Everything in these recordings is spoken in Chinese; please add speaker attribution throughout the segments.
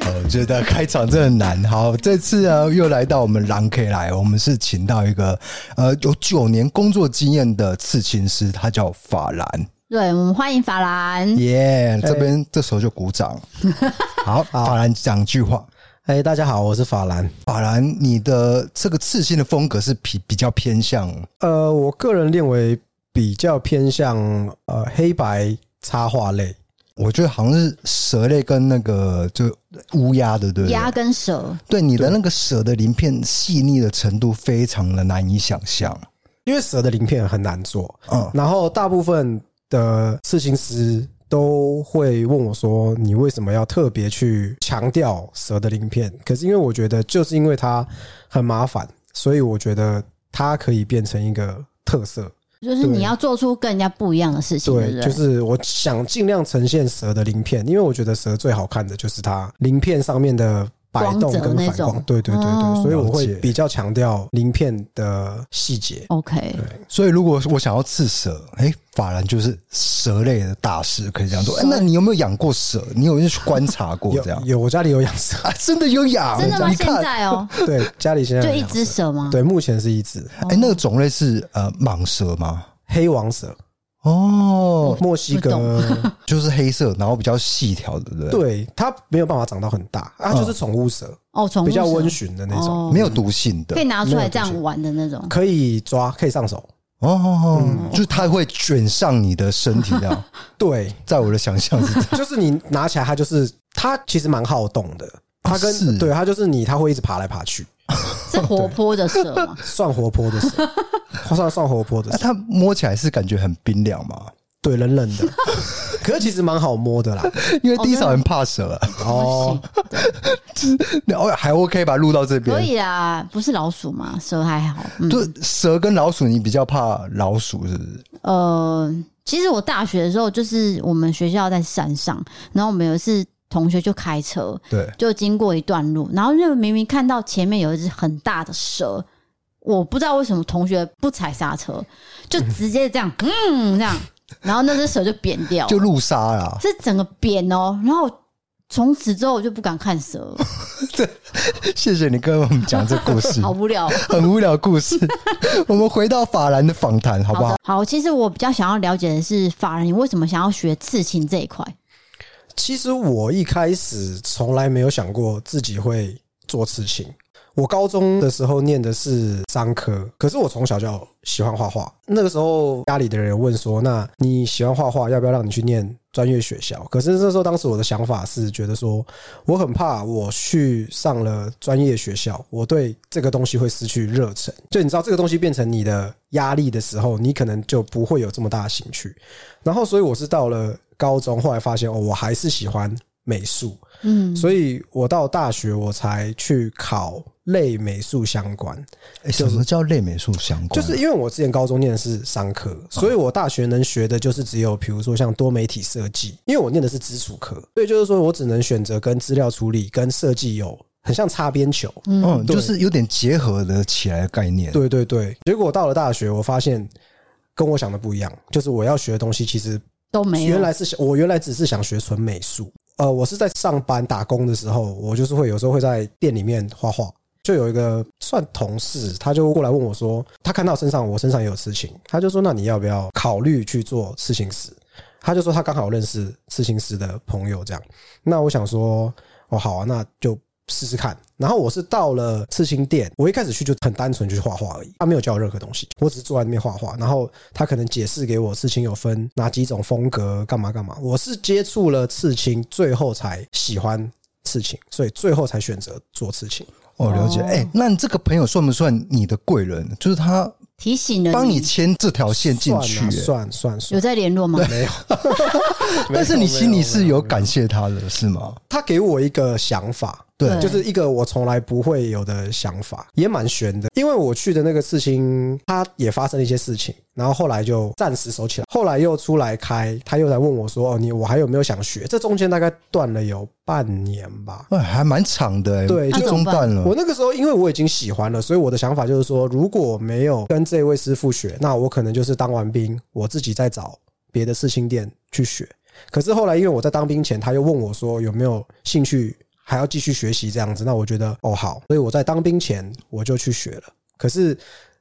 Speaker 1: 呃，这的开场真的难。好，这次呢又来到我们狼 K 来，我们是请到一个呃有九年工作经验的刺青师，他叫法 兰。
Speaker 2: 对，我们欢迎法兰。
Speaker 1: 耶、这边这时候就鼓掌。好，法兰讲句话。
Speaker 3: 哎、大家好，我是法兰。
Speaker 1: 法兰，你的这个刺青的风格是比比较偏向
Speaker 3: 呃，我个人认为比较偏向呃黑白插画类。
Speaker 1: 我觉得好像是蛇类跟那个就乌鸦的，对不对？
Speaker 2: 鸭跟蛇，
Speaker 1: 对你的那个蛇的鳞片细腻的程度非常的难以想象。
Speaker 3: 因为蛇的鳞片很难做，
Speaker 1: 嗯
Speaker 3: 然后大部分的刺青师都会问我说：“你为什么要特别去强调蛇的鳞片？”可是因为我觉得，就是因为它很麻烦，所以我觉得它可以变成一个特色。
Speaker 2: 就是你要做出跟人家不一样的事情，对不
Speaker 3: 对，
Speaker 2: 对？
Speaker 3: 就是我想尽量呈现蛇的鳞片，因为我觉得蛇最好看的就是它鳞片上面的摆动跟
Speaker 2: 光泽那
Speaker 3: 反
Speaker 2: 种
Speaker 3: 光。对对对
Speaker 2: 哦
Speaker 3: 对，所以我
Speaker 1: 了
Speaker 3: 会
Speaker 1: 解
Speaker 3: 比较强调鳞片的细节。
Speaker 2: OK，
Speaker 1: 所以，如果我想要刺蛇，哎、法兰就是蛇类的大师，可以这样说。哎那你有没有养过蛇？你有没有去观察过
Speaker 3: 有
Speaker 1: 这样？。
Speaker 3: 有，我家里有 养蛇
Speaker 1: 啊，真的有养，
Speaker 2: 真的吗？
Speaker 1: 你
Speaker 2: 现
Speaker 1: 看，哎、
Speaker 2: 在哦、
Speaker 3: 对，家里现在
Speaker 2: 就
Speaker 3: 有
Speaker 2: 一
Speaker 3: 养
Speaker 2: 只蛇吗？，
Speaker 3: 对，目前是一只
Speaker 1: 那个种类是呃蟒蛇吗？
Speaker 3: 黑王蛇，
Speaker 1: 哦，
Speaker 3: 墨西
Speaker 2: 不
Speaker 3: 哥。
Speaker 1: 就是黑色，然后比较细条的，对不对？
Speaker 3: 对，它没有办法长到很大，它就是宠物蛇，
Speaker 2: 哦，宠物
Speaker 3: 比较
Speaker 2: 蛇
Speaker 3: 温驯的那种，
Speaker 2: 哦
Speaker 1: 没有毒性的
Speaker 2: 可以。拿出来这样玩的那种。
Speaker 3: 可以抓，可以上手。
Speaker 1: 哦哦，
Speaker 3: 嗯
Speaker 1: 哦就是它会卷上你的身体，这 样。
Speaker 3: 对，
Speaker 1: 在我的想象是这样。
Speaker 3: 就是你拿起来，它就是它其实蛮好动的，它跟、
Speaker 1: 是
Speaker 3: 对它就是你，它会一直爬来爬去，
Speaker 2: 是活泼的蛇 吗？
Speaker 3: 算活泼的蛇， 算算活泼的
Speaker 1: 那
Speaker 3: 蛇，
Speaker 1: 啊它摸起来是感觉很冰凉嘛？
Speaker 3: 对，冷冷的，可是其实蛮好摸的啦。
Speaker 1: 因为
Speaker 2: 哦
Speaker 1: 第一场很怕蛇、啊，
Speaker 3: 哦，
Speaker 1: 哦，还 OK 吧？录到这边
Speaker 2: 可以啊，不是老鼠嘛，蛇还好。嗯，
Speaker 1: 对，蛇跟老鼠，你比较怕老鼠是不是？
Speaker 2: 呃，其实我大学的时候，就是我们学校在山上，然后我们有一次同学就开车，
Speaker 1: 对，
Speaker 2: 就经过一段路，然后就明明看到前面有一只很大的蛇，我不知道为什么同学不踩刹车，就直接这样，嗯， 这样，然后那只蛇就扁掉了，
Speaker 1: 就路杀啦。
Speaker 2: 是整个扁哦，然后从此之后我就不敢看蛇 了，
Speaker 1: 谢谢你跟我们讲这故 事
Speaker 2: 好，无聊。
Speaker 1: 很无聊的故事。我们回到法兰的访谈，好不
Speaker 2: 好
Speaker 1: 好
Speaker 2: 的？，好，其实我比较想要了解的是，法人你为什么想要学刺青这一块？
Speaker 3: 其实我一开始从来没有想过自己会做刺青。我高中的时候念的是商科，可是我从小就喜欢画画。那个时候家里的人问说：“那你喜欢画画，要不要让你去念专业学校？”可是那时候当时我的想法是觉得说，我很怕我去上了专业学校，我对这个东西会失去热忱。就你知道这个东西变成你的压力的时候，你可能就不会有这么大的兴趣。然后，所以我是到了高中，后来发现哦，我还是喜欢美术，
Speaker 2: 嗯，
Speaker 3: 所以我到大学我才去考类美术相关，
Speaker 1: 诶哎什么叫类美术相关？
Speaker 3: 就是因为我之前高中念的是商科，所以我大学能学的就是只有比如说像多媒体设计，因为我念的是基础科，所以就是说我只能选择跟资料处理跟设计有很像擦边球，
Speaker 1: 嗯，
Speaker 3: 对
Speaker 1: 就是有点结合的起来的概念。
Speaker 3: 对对对。结果到了大学，我发现跟我想的不一样，就是我要学的东西其实
Speaker 2: 都没有。
Speaker 3: 原来是想我原来只是想学纯美术，呃，我是在上班打工的时候，我就是会有时候会在店里面画画。就有一个算同事，他就过来问我说，他看到身上我身上也有刺青，他就说那你要不要考虑去做刺青师？他就说他刚好认识刺青师的朋友这样。那我想说，哦好啊，那就试试看。然后我是到了刺青店，我一开始去就很单纯去画画而已，他没有教我任何东西，我只是坐在那边画画。然后他可能解释给我刺青有分哪几种风格，干嘛干嘛。我是接触了刺青，最后才喜欢刺青，所以最后才选择做刺青。
Speaker 1: 哦，了解。
Speaker 2: 哦
Speaker 1: 哎、那你这个朋友算不算你的贵人？就是他
Speaker 2: 提醒了
Speaker 1: 帮你
Speaker 2: 你，
Speaker 1: 牵这条线进去、
Speaker 3: 嗯算啊啊
Speaker 1: 诶
Speaker 3: 算算算
Speaker 2: 有在联络吗？
Speaker 3: 没有，
Speaker 1: 但是你心里是
Speaker 3: 没
Speaker 1: 有
Speaker 3: 有
Speaker 1: 感谢他的，是吗？
Speaker 3: 他给我一个想法，
Speaker 1: 对，
Speaker 3: 就是一个我从来不会有的想法，也蛮悬的。因为我去的那个刺青，它也发生了一些事情，然后后来就暂时收起来，后来又出来开，他又来问我说：“哦，你我还有没有想学？”这中间大概断了有半年吧。
Speaker 1: 哎，还蛮长的、欸，
Speaker 3: 对
Speaker 1: 就
Speaker 2: 就
Speaker 1: 中断了
Speaker 3: 我。那个时候，因为我已经喜欢了，所以我的想法就是说，如果没有跟这位师傅学，那我可能就是当完兵，我自己再找别的刺青店去学。可是后来，因为我在当兵前，他又问我说有没有兴趣还要继续学习这样子，那我觉得哦好，所以我在当兵前我就去学了。可是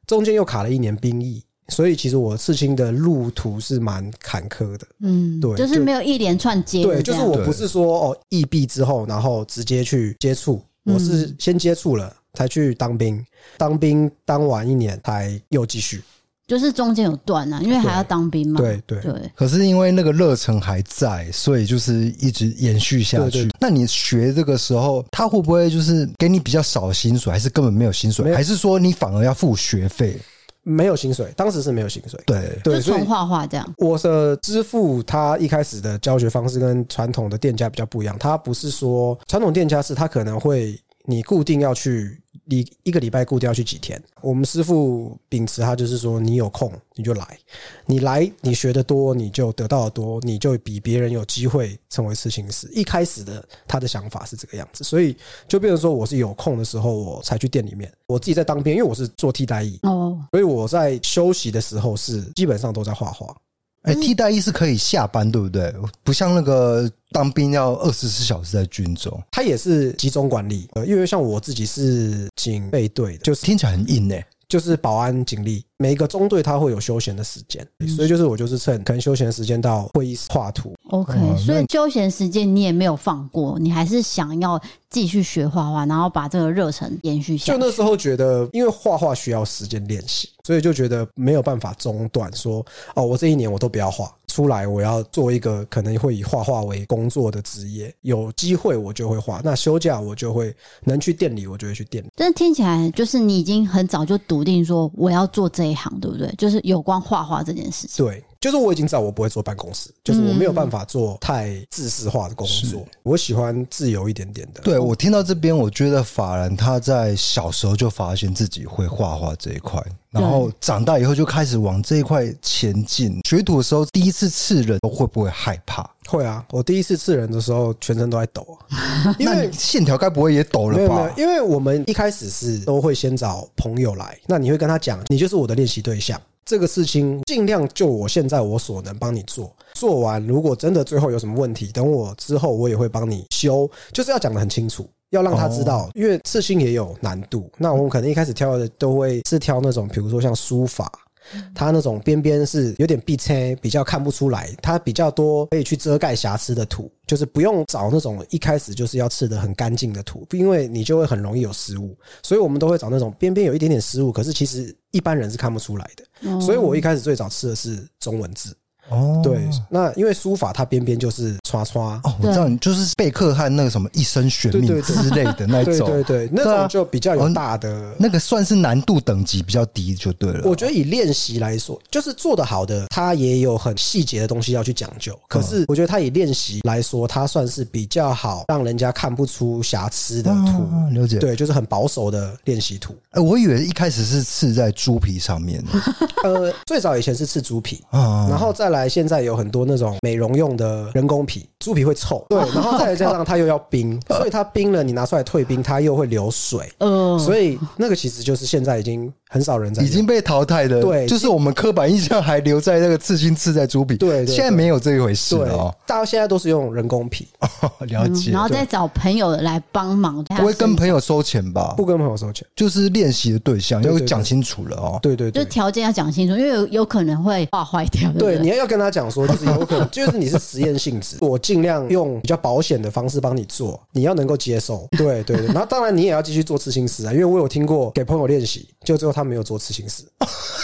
Speaker 3: 中间又卡了一年兵役，所以其实我刺青的路途是蛮坎坷的。
Speaker 2: 嗯，
Speaker 3: 对
Speaker 2: 就是
Speaker 3: 就
Speaker 2: 没有一连串接
Speaker 3: 对，
Speaker 2: 的
Speaker 3: 就
Speaker 2: 这
Speaker 3: 是
Speaker 2: 样，
Speaker 3: 我
Speaker 1: 对
Speaker 3: 不是说哦异地之后，然后直接去接触，我
Speaker 2: 嗯
Speaker 3: 是先接触了才去当兵，当兵当完一年才又继续。
Speaker 2: 就是中间有断啊，因为还要
Speaker 3: 对
Speaker 2: 当兵嘛，
Speaker 3: 对对
Speaker 2: 对，
Speaker 1: 可是因为那个热忱还在，所以就是一直延续下去。
Speaker 3: 对对
Speaker 1: 那你学这个时候，他会不会就是给你比较少的薪水，还是根本没有薪
Speaker 3: 没
Speaker 1: 水，
Speaker 3: 有
Speaker 1: 还是说你反而要付学费？
Speaker 3: 没有薪水，当时是没有薪水。
Speaker 1: 对，
Speaker 3: 对，
Speaker 2: 就
Speaker 3: 所以
Speaker 2: 纯画画这样，
Speaker 3: 我的支付他一开始的教学方式跟传统的店家比较不一样，他不是说传统店家是他可能会你固定要去。你一个礼拜固定要去几天？我们师傅秉持他就是说，你有空你就来，你来你学的多，你就得到的多，你就比别人有机会成为刺青师。一开始的他的想法是这个样子，所以就变成说，我是有空的时候我才去店里面。我自己在当兵，因为我是做替代役，
Speaker 2: 哦，
Speaker 3: 所以我在休息的时候是基本上都在画画。
Speaker 1: 哎、
Speaker 3: 嗯
Speaker 1: 替代役是可以下班，对不对？不像那个当兵要二十四小时在军中，
Speaker 3: 它也是集中管理，呃，因为像我自己是警备队的，就是
Speaker 1: 听起来很硬哎、
Speaker 3: 就是保安警力，每一个中队它会有休闲的时间，所以就是我就是趁可能休闲的时间到会议室画图，
Speaker 2: OK，、所以休闲时间你也没有放过，你还是想要继续学画画，然后把这个热忱延续下
Speaker 3: 就
Speaker 2: 去。
Speaker 3: 那时候觉得，因为画画需要时间练习，所以就觉得没有办法中断。说哦，我这一年我都不要画，出来我要做一个可能会以画画为工作的职业，有机会我就会画，那休假我就会能去店里，我就会去店里。
Speaker 2: 但是听起来就是你已经很早就笃定说我要做这一行，对不对？就是有关画画这件事情。
Speaker 3: 对，就是我已经知道我不会做办公室，就是我没有
Speaker 1: 嗯
Speaker 3: 办法做太制式化的工作，我喜欢自由一点点的。
Speaker 1: 对我听到这边，我觉得法兰他在小时候就发现自己会画画这一块，然后长大以后就开始往这一块前进。学徒的时候，第一次刺人会不会害怕？
Speaker 3: 会啊，我第一次刺人的时候，全身都在抖啊， 因
Speaker 1: 那
Speaker 3: 为
Speaker 1: 你线条该不会也抖
Speaker 3: 没
Speaker 1: 了
Speaker 3: 有没有
Speaker 1: 吧，？
Speaker 3: 因为我们一开始是都会先找朋友来，那你会跟他讲，你就是我的练习对象。这个事情尽量就我现在我所能帮你做，做完如果真的最后有什么问题，等我之后我也会帮你修，就是要讲得很清楚，要让他知道，
Speaker 1: 哦
Speaker 3: 因为刺青也有难度。那我们可能一开始挑的都会是挑那种，比如说像书法，它那种边边是有点闭切，比较看不出来，它比较多可以去遮盖瑕疵的图，就是不用找那种一开始就是要刺的很干净的图，因为你就会很容易有失误，所以我们都会找那种边边有一点点失误，可是其实一般人是看不出来的。
Speaker 2: 嗯
Speaker 3: 所以我一开始最早吃的是中文字，
Speaker 1: 哦，
Speaker 3: 对，那因为书法它边边就是刷刷。
Speaker 1: 哦，我知道你就是贝克汉那个什么一生悬命
Speaker 3: 对对对
Speaker 1: 之类的那
Speaker 3: 对对
Speaker 1: 种，
Speaker 3: 对，那
Speaker 1: 对啊
Speaker 3: 种就比较有
Speaker 1: 嗯
Speaker 3: 大的
Speaker 1: 那个算是难度等级比较低就对啊了。
Speaker 3: 我觉得以练习来说，就是做得好的，他也有很细节的东西要去讲
Speaker 1: 嗯
Speaker 3: 究。可是我觉得他以练习来说，他算是比较好，让人家看不出瑕疵的图。
Speaker 1: 啊了解。
Speaker 3: 对，就是很保守的练习 图。
Speaker 1: 哎，我以为一开始是刺在猪皮上 面的
Speaker 3: 呃，最早以前是刺猪皮。
Speaker 1: 啊，
Speaker 3: 然后再来，现在有很多那种美容用的人工皮，猪皮会臭，
Speaker 1: 嗯
Speaker 3: 对，然后再加上它又要 冰，所以它冰了，你拿出来退冰，它又会流水，
Speaker 2: 呃，
Speaker 3: 所以那个其实就是现在已经很少人在
Speaker 1: 嗯已经被淘汰的，
Speaker 3: 对
Speaker 1: 就是我们刻板印象还留在那个刺青刺在猪皮，
Speaker 3: 对对对
Speaker 1: 现在没有这一回事
Speaker 3: 对
Speaker 1: 了哦，，
Speaker 3: 大家现在都是用人工皮，
Speaker 1: 了解。
Speaker 2: 嗯然后再找朋友来帮忙，
Speaker 1: 不会跟朋友收钱吧？
Speaker 3: 不跟朋友收钱。
Speaker 1: 就是练习的对象
Speaker 3: 对
Speaker 1: 要
Speaker 3: 对
Speaker 1: 讲清楚了哦。
Speaker 3: 对对
Speaker 2: 啊就
Speaker 3: 对，
Speaker 2: 条件要讲清楚，因为有有可能会画坏掉，对不
Speaker 3: 对，
Speaker 2: 对？
Speaker 3: 你要跟他讲说，就是 有可能，就是你是实验性质，我尽量用比较保险的方式帮你做，你要能够接受。对对对，然后当然你也要继续做刺青师啊，因为我有听过给朋友练习，就最后他没有做刺青师，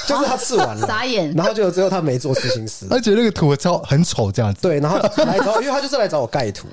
Speaker 3: 就是他刺完了，
Speaker 2: 哦傻眼，哦
Speaker 3: 然后就最后他没做刺青师。
Speaker 1: 而且那个图超很丑，这样子。
Speaker 3: 对，然后来找我，因为他就是来找我 盖图，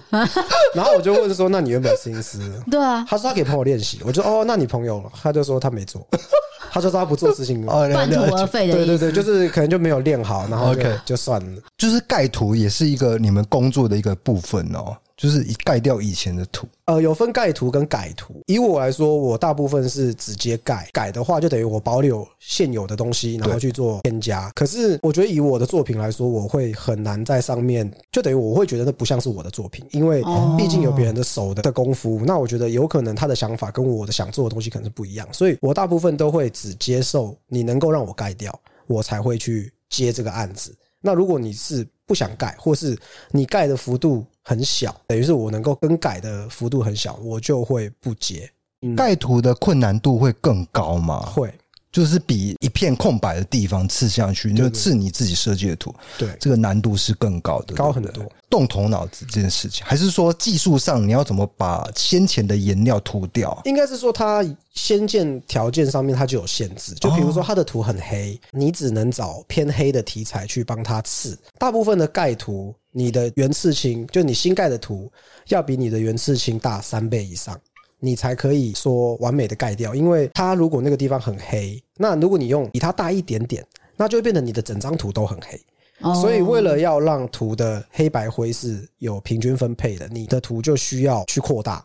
Speaker 3: 然后我就问说，那你有没有刺青师？
Speaker 2: 对啊，
Speaker 3: 他说他给朋友练习，我就哦，那你朋友了？他就说他没做， 他就说他不做刺青。
Speaker 1: 哦，了
Speaker 2: 半途
Speaker 1: 了
Speaker 2: 而
Speaker 1: 解。
Speaker 2: 废的
Speaker 3: 对
Speaker 2: 意
Speaker 3: 对
Speaker 2: 思。
Speaker 3: 对，就是可能就没有练好，然后就
Speaker 1: OK
Speaker 3: 就算了。
Speaker 1: 就是盖图也是一个你们工作的一个部分哦。就是一盖掉以前的土。
Speaker 3: 呃，有分盖图跟改图。以我来说，我大部分是直接盖，改的话就等于我保留现有的东西，然后
Speaker 1: 对
Speaker 3: 去做添加。可是我觉得以我的作品来说，我会很难在上面，就等于我会觉得那不像是我的作品，因为
Speaker 2: 哦
Speaker 3: 毕竟有别人的手的的功夫。那我觉得有可能他的想法跟我的想做的东西可能是不一样，所以我大部分都会只接受你能够让我盖掉，我才会去接这个案子。那如果你是不想盖，或是你盖的幅度很小，等于是我能够更改的幅度很小，我就会不接。嗯
Speaker 1: 盖图的困难度会更高吗？
Speaker 3: 会，
Speaker 1: 就是比一片空白的地方刺下去，就
Speaker 3: 对
Speaker 1: 刺你自己设计的图，
Speaker 3: 对，
Speaker 1: 这个难度是更高的，
Speaker 3: 高
Speaker 1: 对
Speaker 3: 很
Speaker 1: 不对
Speaker 3: 多。
Speaker 1: 动头脑子这件事情，还是说技术上你要怎么把先前的颜料涂掉？
Speaker 3: 应该是说它先见条件上面它就有限制，就比如说它的图很黑，你只能找偏黑的题材去帮它刺。大部分的盖图，你的原刺青就你新盖的图要比你的原刺青大三倍以上。你才可以说完美的盖掉，因为它如果那个地方很黑，那如果你用比它大一点点，那就会变成你的整张图都很黑。
Speaker 2: 哦
Speaker 3: 所以为了要让图的黑白灰是有平均分配的，你的图就需要去扩大。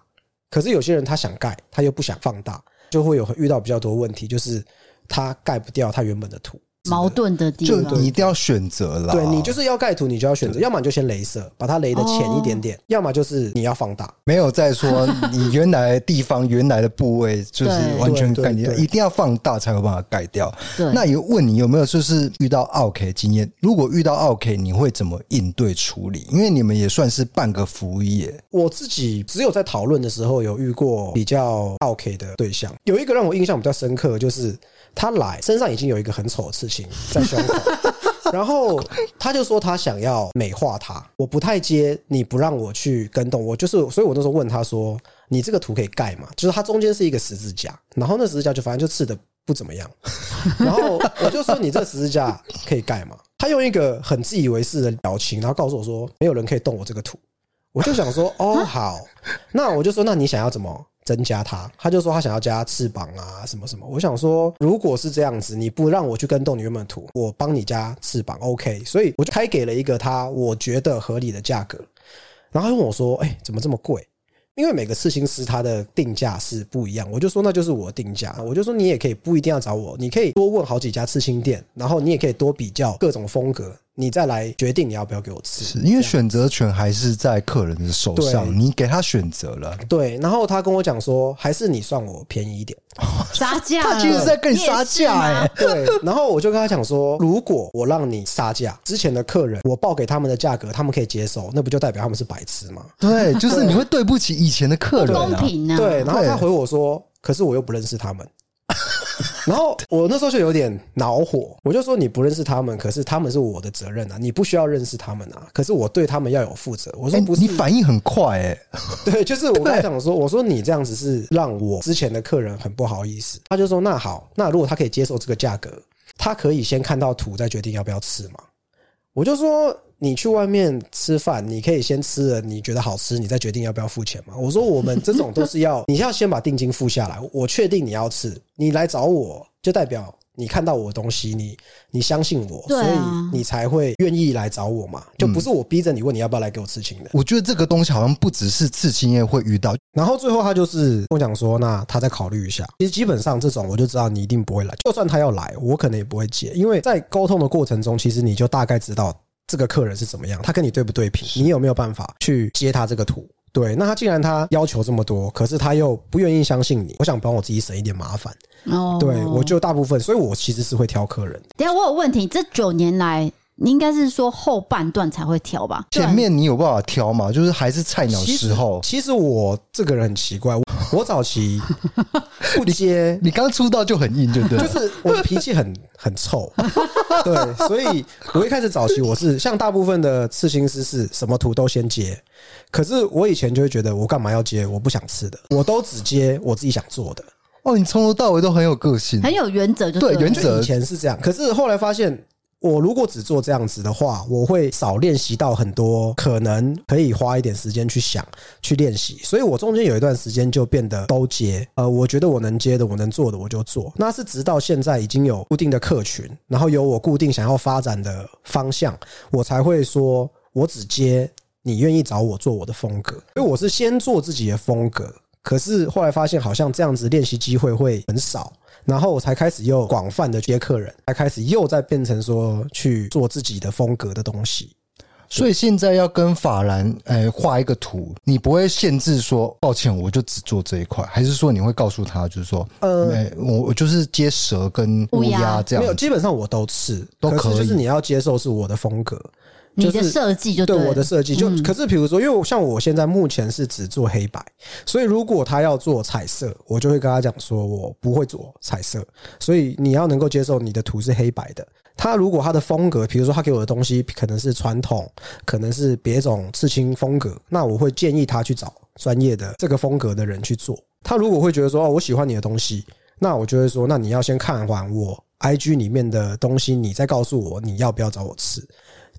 Speaker 3: 可是有些人他想盖，他又不想放大，就会有遇到比较多问题，就是他盖不掉他原本的图。啊
Speaker 2: 矛盾的地
Speaker 1: 就
Speaker 2: 方，
Speaker 1: 你一定要选择啦，
Speaker 3: 对你就是要盖图，你就要选择，要么你就先镭射，把它雷的浅一点点；要么就是你要放大。
Speaker 1: 没有再 说你原来的地方、原来的部位，就是
Speaker 2: 对
Speaker 1: 完全
Speaker 3: 对对
Speaker 1: 盖掉，
Speaker 3: 对
Speaker 1: 一定要放大才有办法盖掉。
Speaker 2: 对
Speaker 1: 那也问你有没有就是遇到奥 K 经验？如果遇到奥 K，你会怎么应对处理？因为你们也算是半个服务业，
Speaker 3: 我自己只有在讨论的时候有遇过比较 OK 的对象，有一个让我印象比较深刻，就是他来身上已经有一个很丑的刺青在胸口，然后他就说他想要美化它，我不太接，你不让我去跟动，我就是，所以我那时候问他说，你这个图可以盖吗？就是它中间是一个十字架，然后那十字架就反正就刺的不怎么样， 然后我就说你这十字架可以盖吗？他用一个很自以为是的表情，然后告诉我说没有人可以动我这个图。我就想说，哦，好，那我就说，那你想要怎么增加它？他就说他想要加翅膀啊，什么什么。我想说，如果是这样子，你不让我去跟动你原本的图，我帮你加翅膀，OK？所以我就开给了一个他我觉得合理的价格，然后他问我说，哎、怎么这么贵？因为每个刺青师他的定价是不一样，我就说那就是我的定价，我就说你也可以不一定要找我，你可以多问好几家刺青店，然后你也可以多比较各种风格，你再来决定你要不要给我刺。
Speaker 1: 是因为选择权还是在客人的手上，
Speaker 3: 对
Speaker 1: 你给他选择了。
Speaker 3: 对，然后他跟我讲说，还是你算我便宜一点。
Speaker 2: 杀价了，
Speaker 1: 他其实在跟你
Speaker 2: 夜市
Speaker 1: 杀价
Speaker 2: 吗
Speaker 1: 哎、
Speaker 3: 对，然后我就跟他讲说，如果我让你杀价，之前的客人我报给他们的价格，他们可以接受，那不就代表他们是白痴吗？
Speaker 1: 对，就是你会对不起以前的客
Speaker 2: 不
Speaker 1: 人、啊，
Speaker 2: 公平啊，
Speaker 3: 对，然后他
Speaker 1: 对
Speaker 3: 回我说，可是我又不认识他 们。然后我那时候就有点恼火，我就说你不认识他们，可是他们是我的责任啊，你不需要认识他们啊，可是我对他们要有负责。我
Speaker 1: 哎、
Speaker 3: 说不是，啊
Speaker 1: 你反应很快哎、
Speaker 3: 对，就是我跟他讲说，我说你这样子是让我之前的客人很不好意思。他就说那好，那如果他可以接受这个价格，他可以先看到图再决定要不要吃嘛。我就说你去外面吃饭，你可以先吃了，你觉得好吃，你再决定要不要付钱嘛。我说我们这种都是要， 你要先把定金付下来，我确定你要吃，你来找我就代表。你看到我的东西，你你相信我，
Speaker 2: 对啊
Speaker 3: 所以你才会愿意来找我嘛，就不是我逼着你问你要不要来给我吃青的。
Speaker 1: 我觉得这个东西好像不只是刺青业会遇到，
Speaker 3: 然后最后他就是跟我讲说，那他再考虑一下。其实基本上这种我就知道你一定不会来，就算他要来，我可能也不会接，因为在沟通的过程中，其实你就大概知道这个客人是怎么样，他跟你对不对频，你有没有办法去接他这个图。对，那他既然他要求这么多，可是他又不愿意相信你，我想帮我自己省一点麻烦。
Speaker 2: 哦，
Speaker 3: 对我就大部分，所以我其实是会挑客人的。
Speaker 2: 等一下我有问题，这九年来，你应该是说后半段才会调吧？
Speaker 1: 前面你有办法挑嘛？就是还是菜鸟
Speaker 3: 其
Speaker 1: 时
Speaker 3: 实
Speaker 1: 候，
Speaker 3: 其实我这个人很奇怪，我我早期不接
Speaker 1: 你刚出道就很硬，对不对？
Speaker 3: 就是我的脾气很 很臭，对，所以我一开始早期我是像大部分的刺青师是什么图都先接，可是我以前就会觉得我干嘛要接我不想吃的，我都只接我自己想做的，
Speaker 1: 哦，你从头到尾都很有个性，
Speaker 2: 很有原则，就
Speaker 1: 对
Speaker 2: 了
Speaker 1: 原则
Speaker 3: 就以前是这样，可是后来发现。我如果只做这样子的话，我会少练习到很多可能可以花一点时间去想、去练习，所以我中间有一段时间就变得都接。呃，我觉得我能接的、我能做的我就做。那是直到现在已经有固定的客群，然后有我固定想要发展的方向，我才会说我只接你愿意找我做我的风格，因为我是先做自己的风格，可是后来发现好像这样子练习机会会很少，然后我才开始又广泛的接客人，才开始又再变成说去做自己的风格的东西。
Speaker 1: 所以现在要跟法兰呃画一个图，你不会限制说，抱歉，我就只做这一块，还是说你会告诉他，就是说，呃，我我就是接蛇跟乌
Speaker 2: 乌鸦
Speaker 1: 鸦这
Speaker 3: 没有，
Speaker 1: 样，
Speaker 3: 基本上我都吃，
Speaker 1: 都
Speaker 3: 可
Speaker 1: 可以
Speaker 3: 是就是你要接受是我的风格，
Speaker 2: 你
Speaker 3: 就
Speaker 2: 的
Speaker 3: 是
Speaker 2: 设计就
Speaker 3: 对
Speaker 2: 了嗯
Speaker 3: 我的设计，就、可是比如说，因为我像我现在目前是只做黑白，所以如果他要做彩色，我就会跟他讲说我不会做彩色，所以你要能够接受你的图是黑白的。他如果他的风格，比如说他给我的东西可能是传统，可能是别种刺青风格，那我会建议他去找专业的这个风格的人去做。他如果会觉得说哦，我喜欢你的东西，那我就会说，那你要先看完我 IG 里面的东西，你再告诉我你要不要找我吃。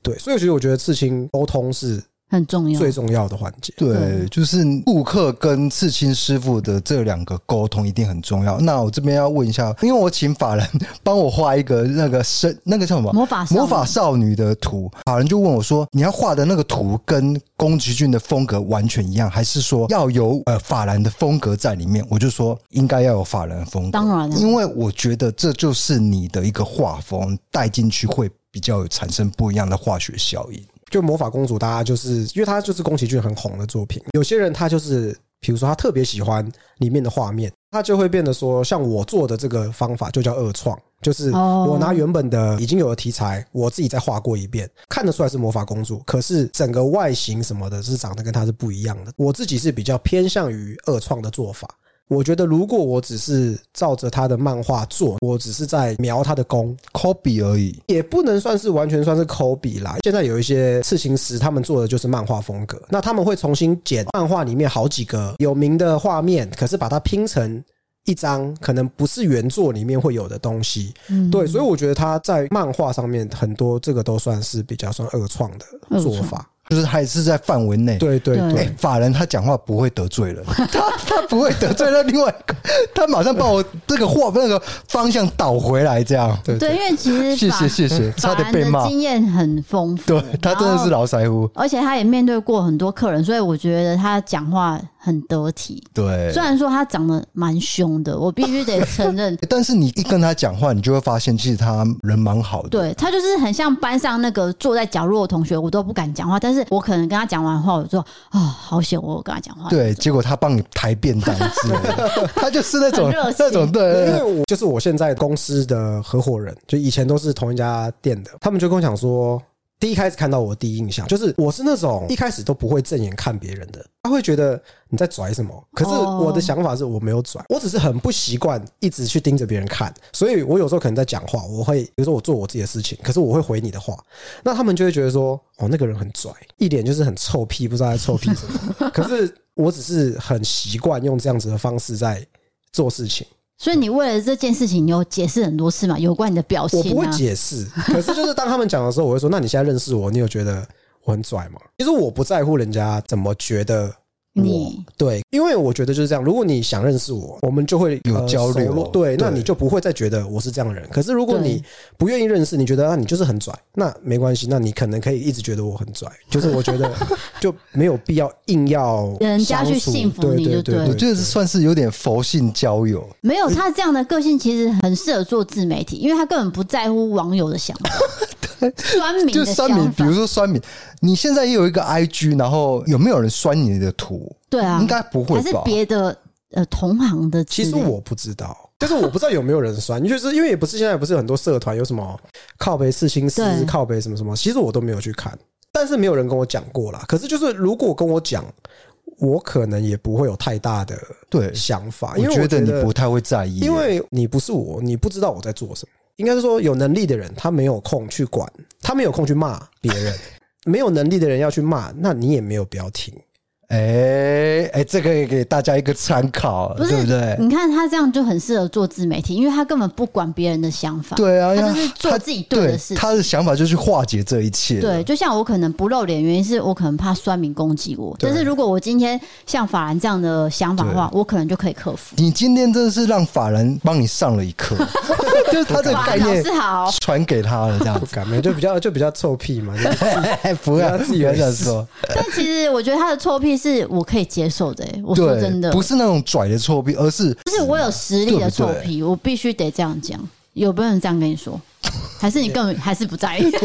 Speaker 3: 对，所以其实我觉得刺青沟通是
Speaker 2: 很重要。
Speaker 3: 最重要的环节。
Speaker 1: 对，
Speaker 2: 对
Speaker 1: 就是顾客跟刺青师傅的这两个沟通一定很重要。那我这边要问一下，因为我请法兰帮我画一个那个身，那个叫什么？
Speaker 2: 魔法少女
Speaker 1: 魔法少女的图，法人就问我说：“你要画的那个图跟宫崎骏的风格完全一样，还是说要有呃法兰的风格在里面？”我就说应该要有法兰的风格，
Speaker 2: 当然啊了
Speaker 1: 因为我觉得这就是你的一个画风带进去会比较有产生不一样的化学效应。
Speaker 3: 就魔法公主，大家就是因为她就是宫崎骏很红的作品，有些人他就是，比如说他特别喜欢里面的画面，他就会变得说，像我做的这个方法就叫二创，就是
Speaker 2: 哦
Speaker 3: 我拿原本的已经有的题材，我自己再画过一遍，看得出来是魔法公主，可是整个外形什么的是长得跟她是不一样的。我自己是比较偏向于二创的做法。我觉得，如果我只是照着她的漫画做，我只是在描她的弓，
Speaker 1: Kobe 而已，
Speaker 3: 也不能算是完全算是抠笔啦。现在有一些刺青师，他们做的就是漫画风格，那他们会重新剪漫画里面好几个有名的画面，可是把它拼成一张可能不是原作里面会有的东西。
Speaker 2: 嗯
Speaker 3: 对，所以我觉得他在漫画上面很多这个都算是比较算二创的做法。
Speaker 1: 就是还是在范围内。
Speaker 3: 对对
Speaker 2: 对
Speaker 3: 对。
Speaker 1: 哎、法人他讲话不会得罪人， 他他不会得罪那另外一个，他马上把我这个话那个方向倒回来，这样。
Speaker 3: 对
Speaker 2: 对，因为其实
Speaker 1: 谢
Speaker 2: 法
Speaker 1: 谢谢谢，差
Speaker 2: 法
Speaker 1: 点
Speaker 2: 兰
Speaker 1: 被
Speaker 2: 的
Speaker 1: 骂。
Speaker 2: 经验很丰富，
Speaker 1: 对他真的是
Speaker 2: 然
Speaker 1: 老
Speaker 2: 后
Speaker 1: 腮胡，
Speaker 2: 而且他也面对过很多客人，所以我觉得他讲话很得体。
Speaker 1: 对，
Speaker 2: 虽。然说他长得蛮凶的，我必须得承认
Speaker 1: 但是你一跟他讲话，你就会发现其实他人蛮好的。
Speaker 2: 对他就是很像班上那个坐在角落的同学，我都不敢讲话，但是我可能跟他讲完话，我就说啊、好险我有跟他讲话。
Speaker 1: 对，结果他帮你抬便当之类 的，他就是那种
Speaker 2: 很热心嗯
Speaker 1: 那种对，
Speaker 3: 因
Speaker 1: 对
Speaker 3: 为
Speaker 1: 对
Speaker 3: 我就是我现在公司的合伙人，就以前都是同一家店的，他们就跟我讲说，第一开始看到我的第一印象就是我是那种一开始都不会正眼看别人的，他会觉得你在拽什么？可是
Speaker 2: 哦
Speaker 3: 我的想法是我没有拽，我只是很不习惯一直去盯着别人看，所以我有时候可能在讲话，我会比如说我做我自己的事情，可是我会回你的话，那他们就会觉得说，哦，那个人很拽，一脸就是很臭屁，不知道在臭屁什么。可是我只是很习惯用这样子的方式在做事情。
Speaker 2: 所以你为了这件事情，你有解释很多次嘛？有关你的表情、
Speaker 3: 我
Speaker 2: 啊，
Speaker 3: 不会解释，可是就是当他们讲的时候，我会说：“那你现在认识我，你有觉得我很拽吗？”其实我不在乎人家怎么觉得我
Speaker 2: 你
Speaker 3: 对，因为我觉得就是这样。如果你想认识我，我们就会呃
Speaker 1: 有交流
Speaker 3: 熟络对，
Speaker 1: 对
Speaker 3: 那你就不会再觉得我是这样的人。可是如果你
Speaker 2: 对
Speaker 3: 不愿意认识，你觉得啊你就是很拽，那没关系，那你可能可以一直觉得我很拽，就是我觉得就没有必要硬要
Speaker 2: 人家去
Speaker 3: 相处
Speaker 2: 信服
Speaker 3: 对
Speaker 2: 你
Speaker 3: 对
Speaker 2: 就
Speaker 3: 对
Speaker 2: 对了
Speaker 1: 我觉得算是有点佛性交友。
Speaker 2: 没有他这样的个性，其实很适合做自媒体，因为他根本不在乎网友 的想法，酸民
Speaker 1: 就
Speaker 2: 的
Speaker 1: 酸民，
Speaker 2: 想
Speaker 1: 比
Speaker 2: 法
Speaker 1: 如。说酸民，你现在也有一个 IG，然后有没有人酸你的图？
Speaker 2: 对啊，
Speaker 1: 应该不会
Speaker 2: 还是
Speaker 1: 吧？
Speaker 2: 别的呃同行的之
Speaker 3: 其
Speaker 2: 类。
Speaker 3: 实
Speaker 1: 嗯
Speaker 3: 我不知道，就是我不知道有没有人 酸，就是因为也不是现在不是有很多社团有什么靠北刺青师
Speaker 2: 对、
Speaker 3: 靠北什么什么，其实我都没有去看，但是没有人跟我讲过啦。可是就是如果跟我讲，我可能也不会有太大的
Speaker 1: 对
Speaker 3: 想法，因
Speaker 1: 我
Speaker 3: 为
Speaker 1: 觉
Speaker 3: 我
Speaker 1: 得你不太会在意，
Speaker 3: 因为你不是我，你不知道我在做什么。应该是说，有能力的人他没有空去管， 他没有空去骂别人；没有能力的人要去骂，那你也没有必要听。
Speaker 1: 哎、哎、这个也给大家一个参考，
Speaker 2: 不是
Speaker 1: 对不对？
Speaker 2: 你看他这样就很适合做自媒体，因为他根本不管别人的想法，
Speaker 1: 对啊，
Speaker 2: 他
Speaker 1: 因为
Speaker 2: 就是做
Speaker 1: 他
Speaker 2: 自己对的事情
Speaker 1: 他的想法就是去化解这一切。
Speaker 2: 对，，就像我可能不露脸，原因是我可能怕酸民攻击我。
Speaker 3: 对
Speaker 2: 但是如果我今天像法兰这样的想法的话，我可能就可以克服。
Speaker 1: 你今天真的是让法人帮你上了一 课，就是他这个
Speaker 2: 法
Speaker 1: 概
Speaker 2: 兰老
Speaker 1: 念
Speaker 2: 师好，
Speaker 1: 传给他了，这样
Speaker 3: 不
Speaker 1: 子。
Speaker 3: 敢没有就比较就比较臭 屁嘛，就是
Speaker 1: 啊不要
Speaker 3: 不要
Speaker 1: 自
Speaker 3: 自
Speaker 1: 己
Speaker 3: 以
Speaker 1: 这
Speaker 3: 为
Speaker 1: 样
Speaker 3: 是
Speaker 1: 说，
Speaker 2: 但其实我觉得他的臭屁是我可以接受的、欸。我说
Speaker 1: 对，
Speaker 2: 真的，
Speaker 1: 不是那种拽的臭屁，而是
Speaker 2: 就是我有实力的臭
Speaker 1: 对不
Speaker 2: 屁，我必须得这样讲。有没有人这样跟你说？还是你根本还是不在意？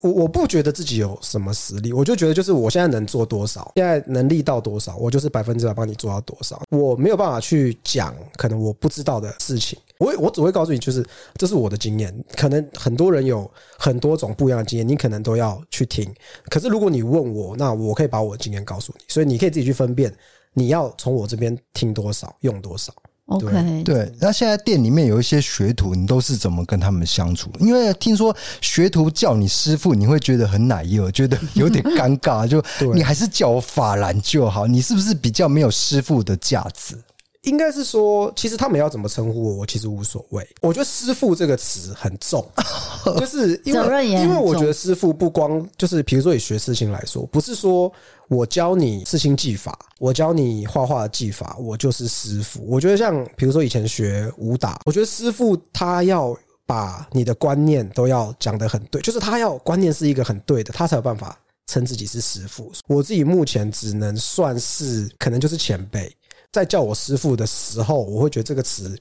Speaker 3: 我我不觉得自己有什么实力，我就觉得就是我现在能做多少，现在能力到多少，我就是百分之百帮你做到多少。我没有办法去讲可能我不知道的事情，我我只会告诉你，就是这是我的经验。可能很多人有很多种不一样的经验，你可能都要去听。可是如果你问我，那我可以把我的经验告诉你，所以你可以自己去分辨你要从我这边听多少，用多少。
Speaker 2: OK，
Speaker 1: 对。那现在店里面有一些学徒，你都是怎么跟他们相处？因为听说学徒叫你师傅，你会觉得很奶油，觉得有点尴尬， 就你还是叫我法兰就好。你是不是比较没有师傅的价值？
Speaker 3: 应该是说，其实他们要怎么称呼我，我其实无所谓。我觉得“师傅”这个词很 重，就是因
Speaker 2: 责
Speaker 3: 为
Speaker 2: 任也很
Speaker 3: 因
Speaker 2: 重
Speaker 3: 为我觉得师傅不光就是，比如说以学刺青来说，不是说我教你刺青技法，我教你画画技法，我就是师傅。我觉得像比如说以前学武打，我觉得师傅他要。把你的观念都要讲得很对，就是他要观念是一个很对的，他才有办法称自己是师傅。我自己目前只能算是可能就是前辈，在叫我师傅的时候，我会觉得这个词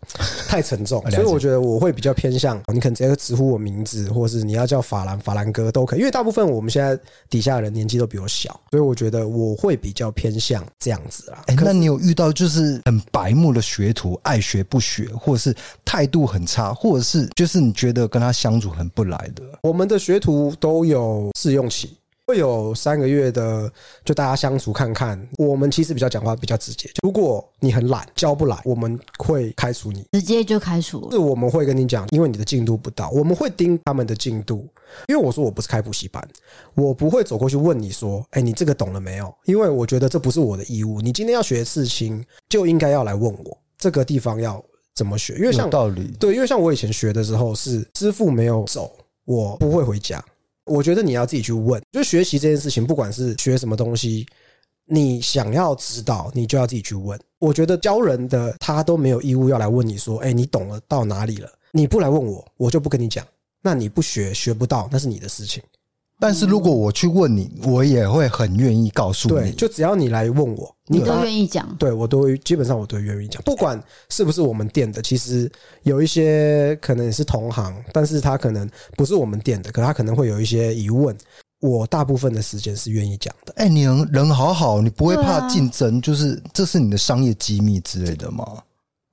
Speaker 3: 太沉重，
Speaker 1: 了解
Speaker 3: 所以我觉得我会比较偏向哦你可能直接直呼我名字，或是你要叫法兰、法兰哥都可以，因为大部分我们现在底下的人年纪都比我小，所以我觉得我会比较偏向这样子啦。
Speaker 1: 哎、那你有遇到就是很白目的学徒，爱学不学，或者是态度很差，或者是就是你觉得跟他相处很不来的？
Speaker 3: 我们的学徒都有试用期，会有三个月的，就大家相处看看。我们其实比较讲话比较直接，如果你很懒教不来，我们会开除你。
Speaker 2: 直接就开除了
Speaker 3: 是我们会跟你讲，因为你的进度不到，我们会盯他们的进度。因为我说我不是开补习班，我不会走过去问你说：“哎、你这个懂了没有？”因为我觉得这不是我的义务。你今天要学刺青，就应该要来问我这个地方要怎么学。因为像
Speaker 1: 有道理，
Speaker 3: 对，因为像我以前学的时候是师傅没有走，我不会回家。我觉得你要自己去问，就学习这件事情，不管是学什么东西，你想要知道，你就要自己去问。我觉得教人的他都没有义务要来问你说，哎、你懂了到哪里了？你不来问我，我就不跟你讲。那你不学学不到，那是你的事情。
Speaker 1: 但是如果我去问你，我也会很愿意告诉
Speaker 3: 对，
Speaker 1: 你。
Speaker 3: 就只要你来问我，你
Speaker 2: 你都
Speaker 3: 把
Speaker 2: 愿意讲，
Speaker 3: 对我都会基本上我都会愿意讲，不管是不是我们店的，其实有一些可能也是同行，但是他可能不是我们店的，可他可能会有一些疑问，我大部分的时间是愿意讲的。
Speaker 1: 哎、你人人好好，你不会
Speaker 2: 对
Speaker 1: 怕
Speaker 2: 啊
Speaker 1: 竞争，就是这是你的商业机密之类的吗？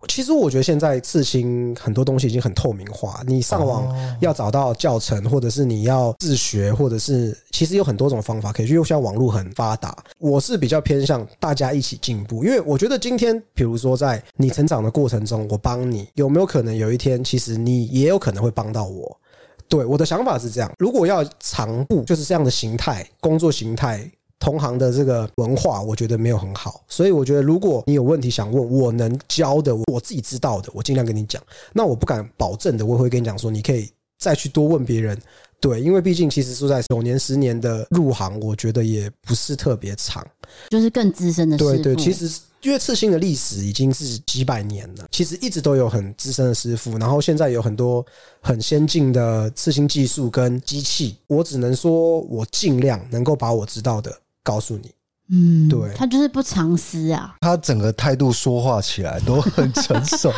Speaker 3: 其实我觉得现在刺青很多东西已经很透明化，你上网要找到教程，或者是你要自学，或者是其实有很多种方法可以去。因为现在网络很发达，我是比较偏向大家一起进步，因为我觉得今天，比如说在你成长的过程中，我帮你，有没有可能有一天，其实你也有可能会帮到我？对，我的想法是这样：如果要长步，就是这样的形态，工作形态。同行的这个文化，我觉得没有很好，所以我觉得如果你有问题想问，我能教的，我自己知道的，我尽量跟你讲。那我不敢保证的，我也会跟你讲说，你可以再去多问别人。对，因为毕竟其实说在九年、十年的入行，我觉得也不是特别长。
Speaker 2: 就是更资深的师傅。
Speaker 3: 对对，其实因为刺青的历史已经是几百年了，其实一直都有很资深的师傅，然后现在有很多很先进的刺青技术跟机器。我只能说，我尽量能够把我知道的告诉你。
Speaker 2: 嗯，
Speaker 3: 对
Speaker 2: 他就是不藏私啊。
Speaker 1: 他整个态度说话起来都很成 熟，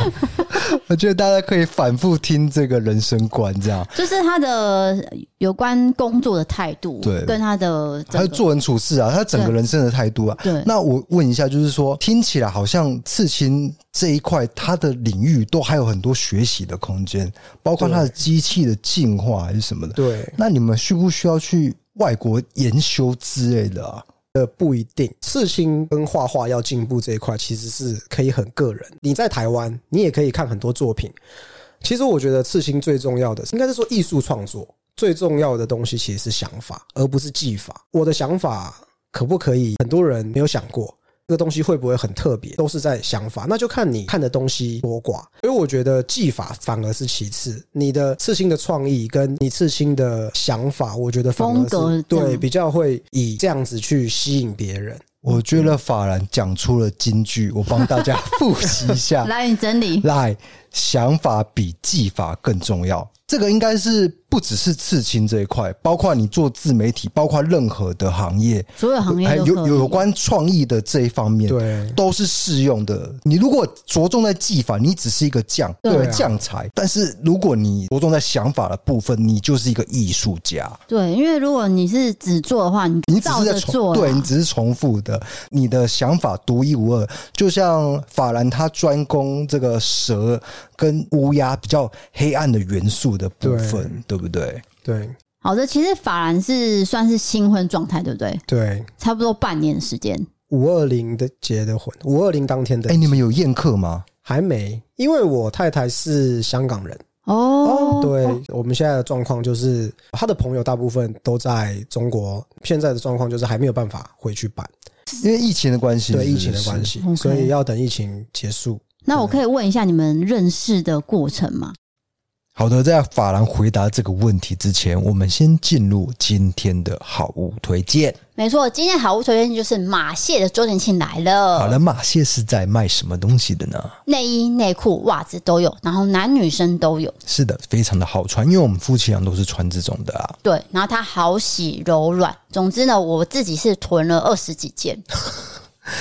Speaker 1: 我觉得大家可以反复听这个人生观，这样
Speaker 2: 就是他的有关工作的态度，
Speaker 1: 对
Speaker 2: 跟他的
Speaker 1: 他
Speaker 2: 整个
Speaker 1: 做人处事啊，他整个
Speaker 2: 对
Speaker 1: 人生的态度啊，
Speaker 2: 对，
Speaker 1: 那我问一下，就是说，听起来好像刺青这一块，它的领域都还有很多学习的空间，包括它的机器的进化还是什么的。
Speaker 3: 对，
Speaker 1: 那你们需不需要去外国研修之类的啊？
Speaker 3: 呃，不一定，刺青跟画画要进步这一块，其实是可以很个人。你在台湾，你也可以看很多作品。其实我觉得刺青最重要的，应该是说艺术创作最重要的东西，其实是想法，而不是技法。我的想法可不可以？很多人没有想过这个东西会不会很特别，都是在想法，那就看你看的东西多寡。所以我觉得技法反而是其次，你的刺青的创意跟你刺青的想法，我觉得反而是
Speaker 2: 风格这样
Speaker 3: 对比较会以这样子去吸引别人。
Speaker 1: 我觉得法兰讲出了金句，我帮大家复习一 下。
Speaker 2: 来，你整理。
Speaker 1: 来，想法比技法更重要。这个应该是不只是刺青这一块，包括你做自媒体，包括任何的行业，
Speaker 2: 所有行业
Speaker 1: 还
Speaker 2: 都
Speaker 1: 有
Speaker 2: 可以
Speaker 1: 有有关创意的这一方面，
Speaker 3: 对
Speaker 1: 都是适用的。你如果着重在技法，你只是一个匠，
Speaker 2: 对
Speaker 1: 对
Speaker 3: 啊
Speaker 1: 匠才；但是如果你着重在想法的部分，你就是一个艺术家。
Speaker 2: 对，因为如果你是只做的话，你
Speaker 1: 你只
Speaker 2: 照
Speaker 1: 是在
Speaker 2: 着
Speaker 1: 重，
Speaker 3: 啊
Speaker 2: 做啊啦，
Speaker 1: 对你只是重复的，你的想法独一无二。就像法兰他专攻这个蛇跟乌鸦比较黑暗的元素的部分，对不对？
Speaker 3: 对
Speaker 2: 好的，其实法兰是算是新婚状态，对不对？
Speaker 3: 对，
Speaker 2: 差不多半年的时间，
Speaker 3: 五二零的结的婚，五二零当天的
Speaker 1: 哎、你们有宴客吗？
Speaker 3: 还没，因为我太太是香港人。
Speaker 2: 哦，
Speaker 3: 对，我们现在的状况就是，他的朋友大部分都在中国，现在的状况就是还没有办法回去办，
Speaker 1: 因为疫情的关系，
Speaker 3: 对
Speaker 1: 是
Speaker 3: 疫
Speaker 1: 不
Speaker 3: 情的
Speaker 1: 是
Speaker 3: 关。系，
Speaker 2: OK
Speaker 3: 所以要等疫情结束。
Speaker 2: 那我可以问一下你们认识的过程吗？
Speaker 1: 好的，在法兰回答这个问题之前，我们先进入今天的好物推荐。
Speaker 2: 没错，今天好物推荐就是马蟹的周年庆来
Speaker 1: 好
Speaker 2: 了，
Speaker 1: 了，马蟹是在卖什么东西的呢？
Speaker 2: 内衣、内裤、袜子都有，然后男女生都有。
Speaker 1: 是的，非常的好穿，因为我们夫妻俩都是穿这种的啊。
Speaker 2: 对，然后它好洗柔软。总之呢，我自己是囤了二十几件，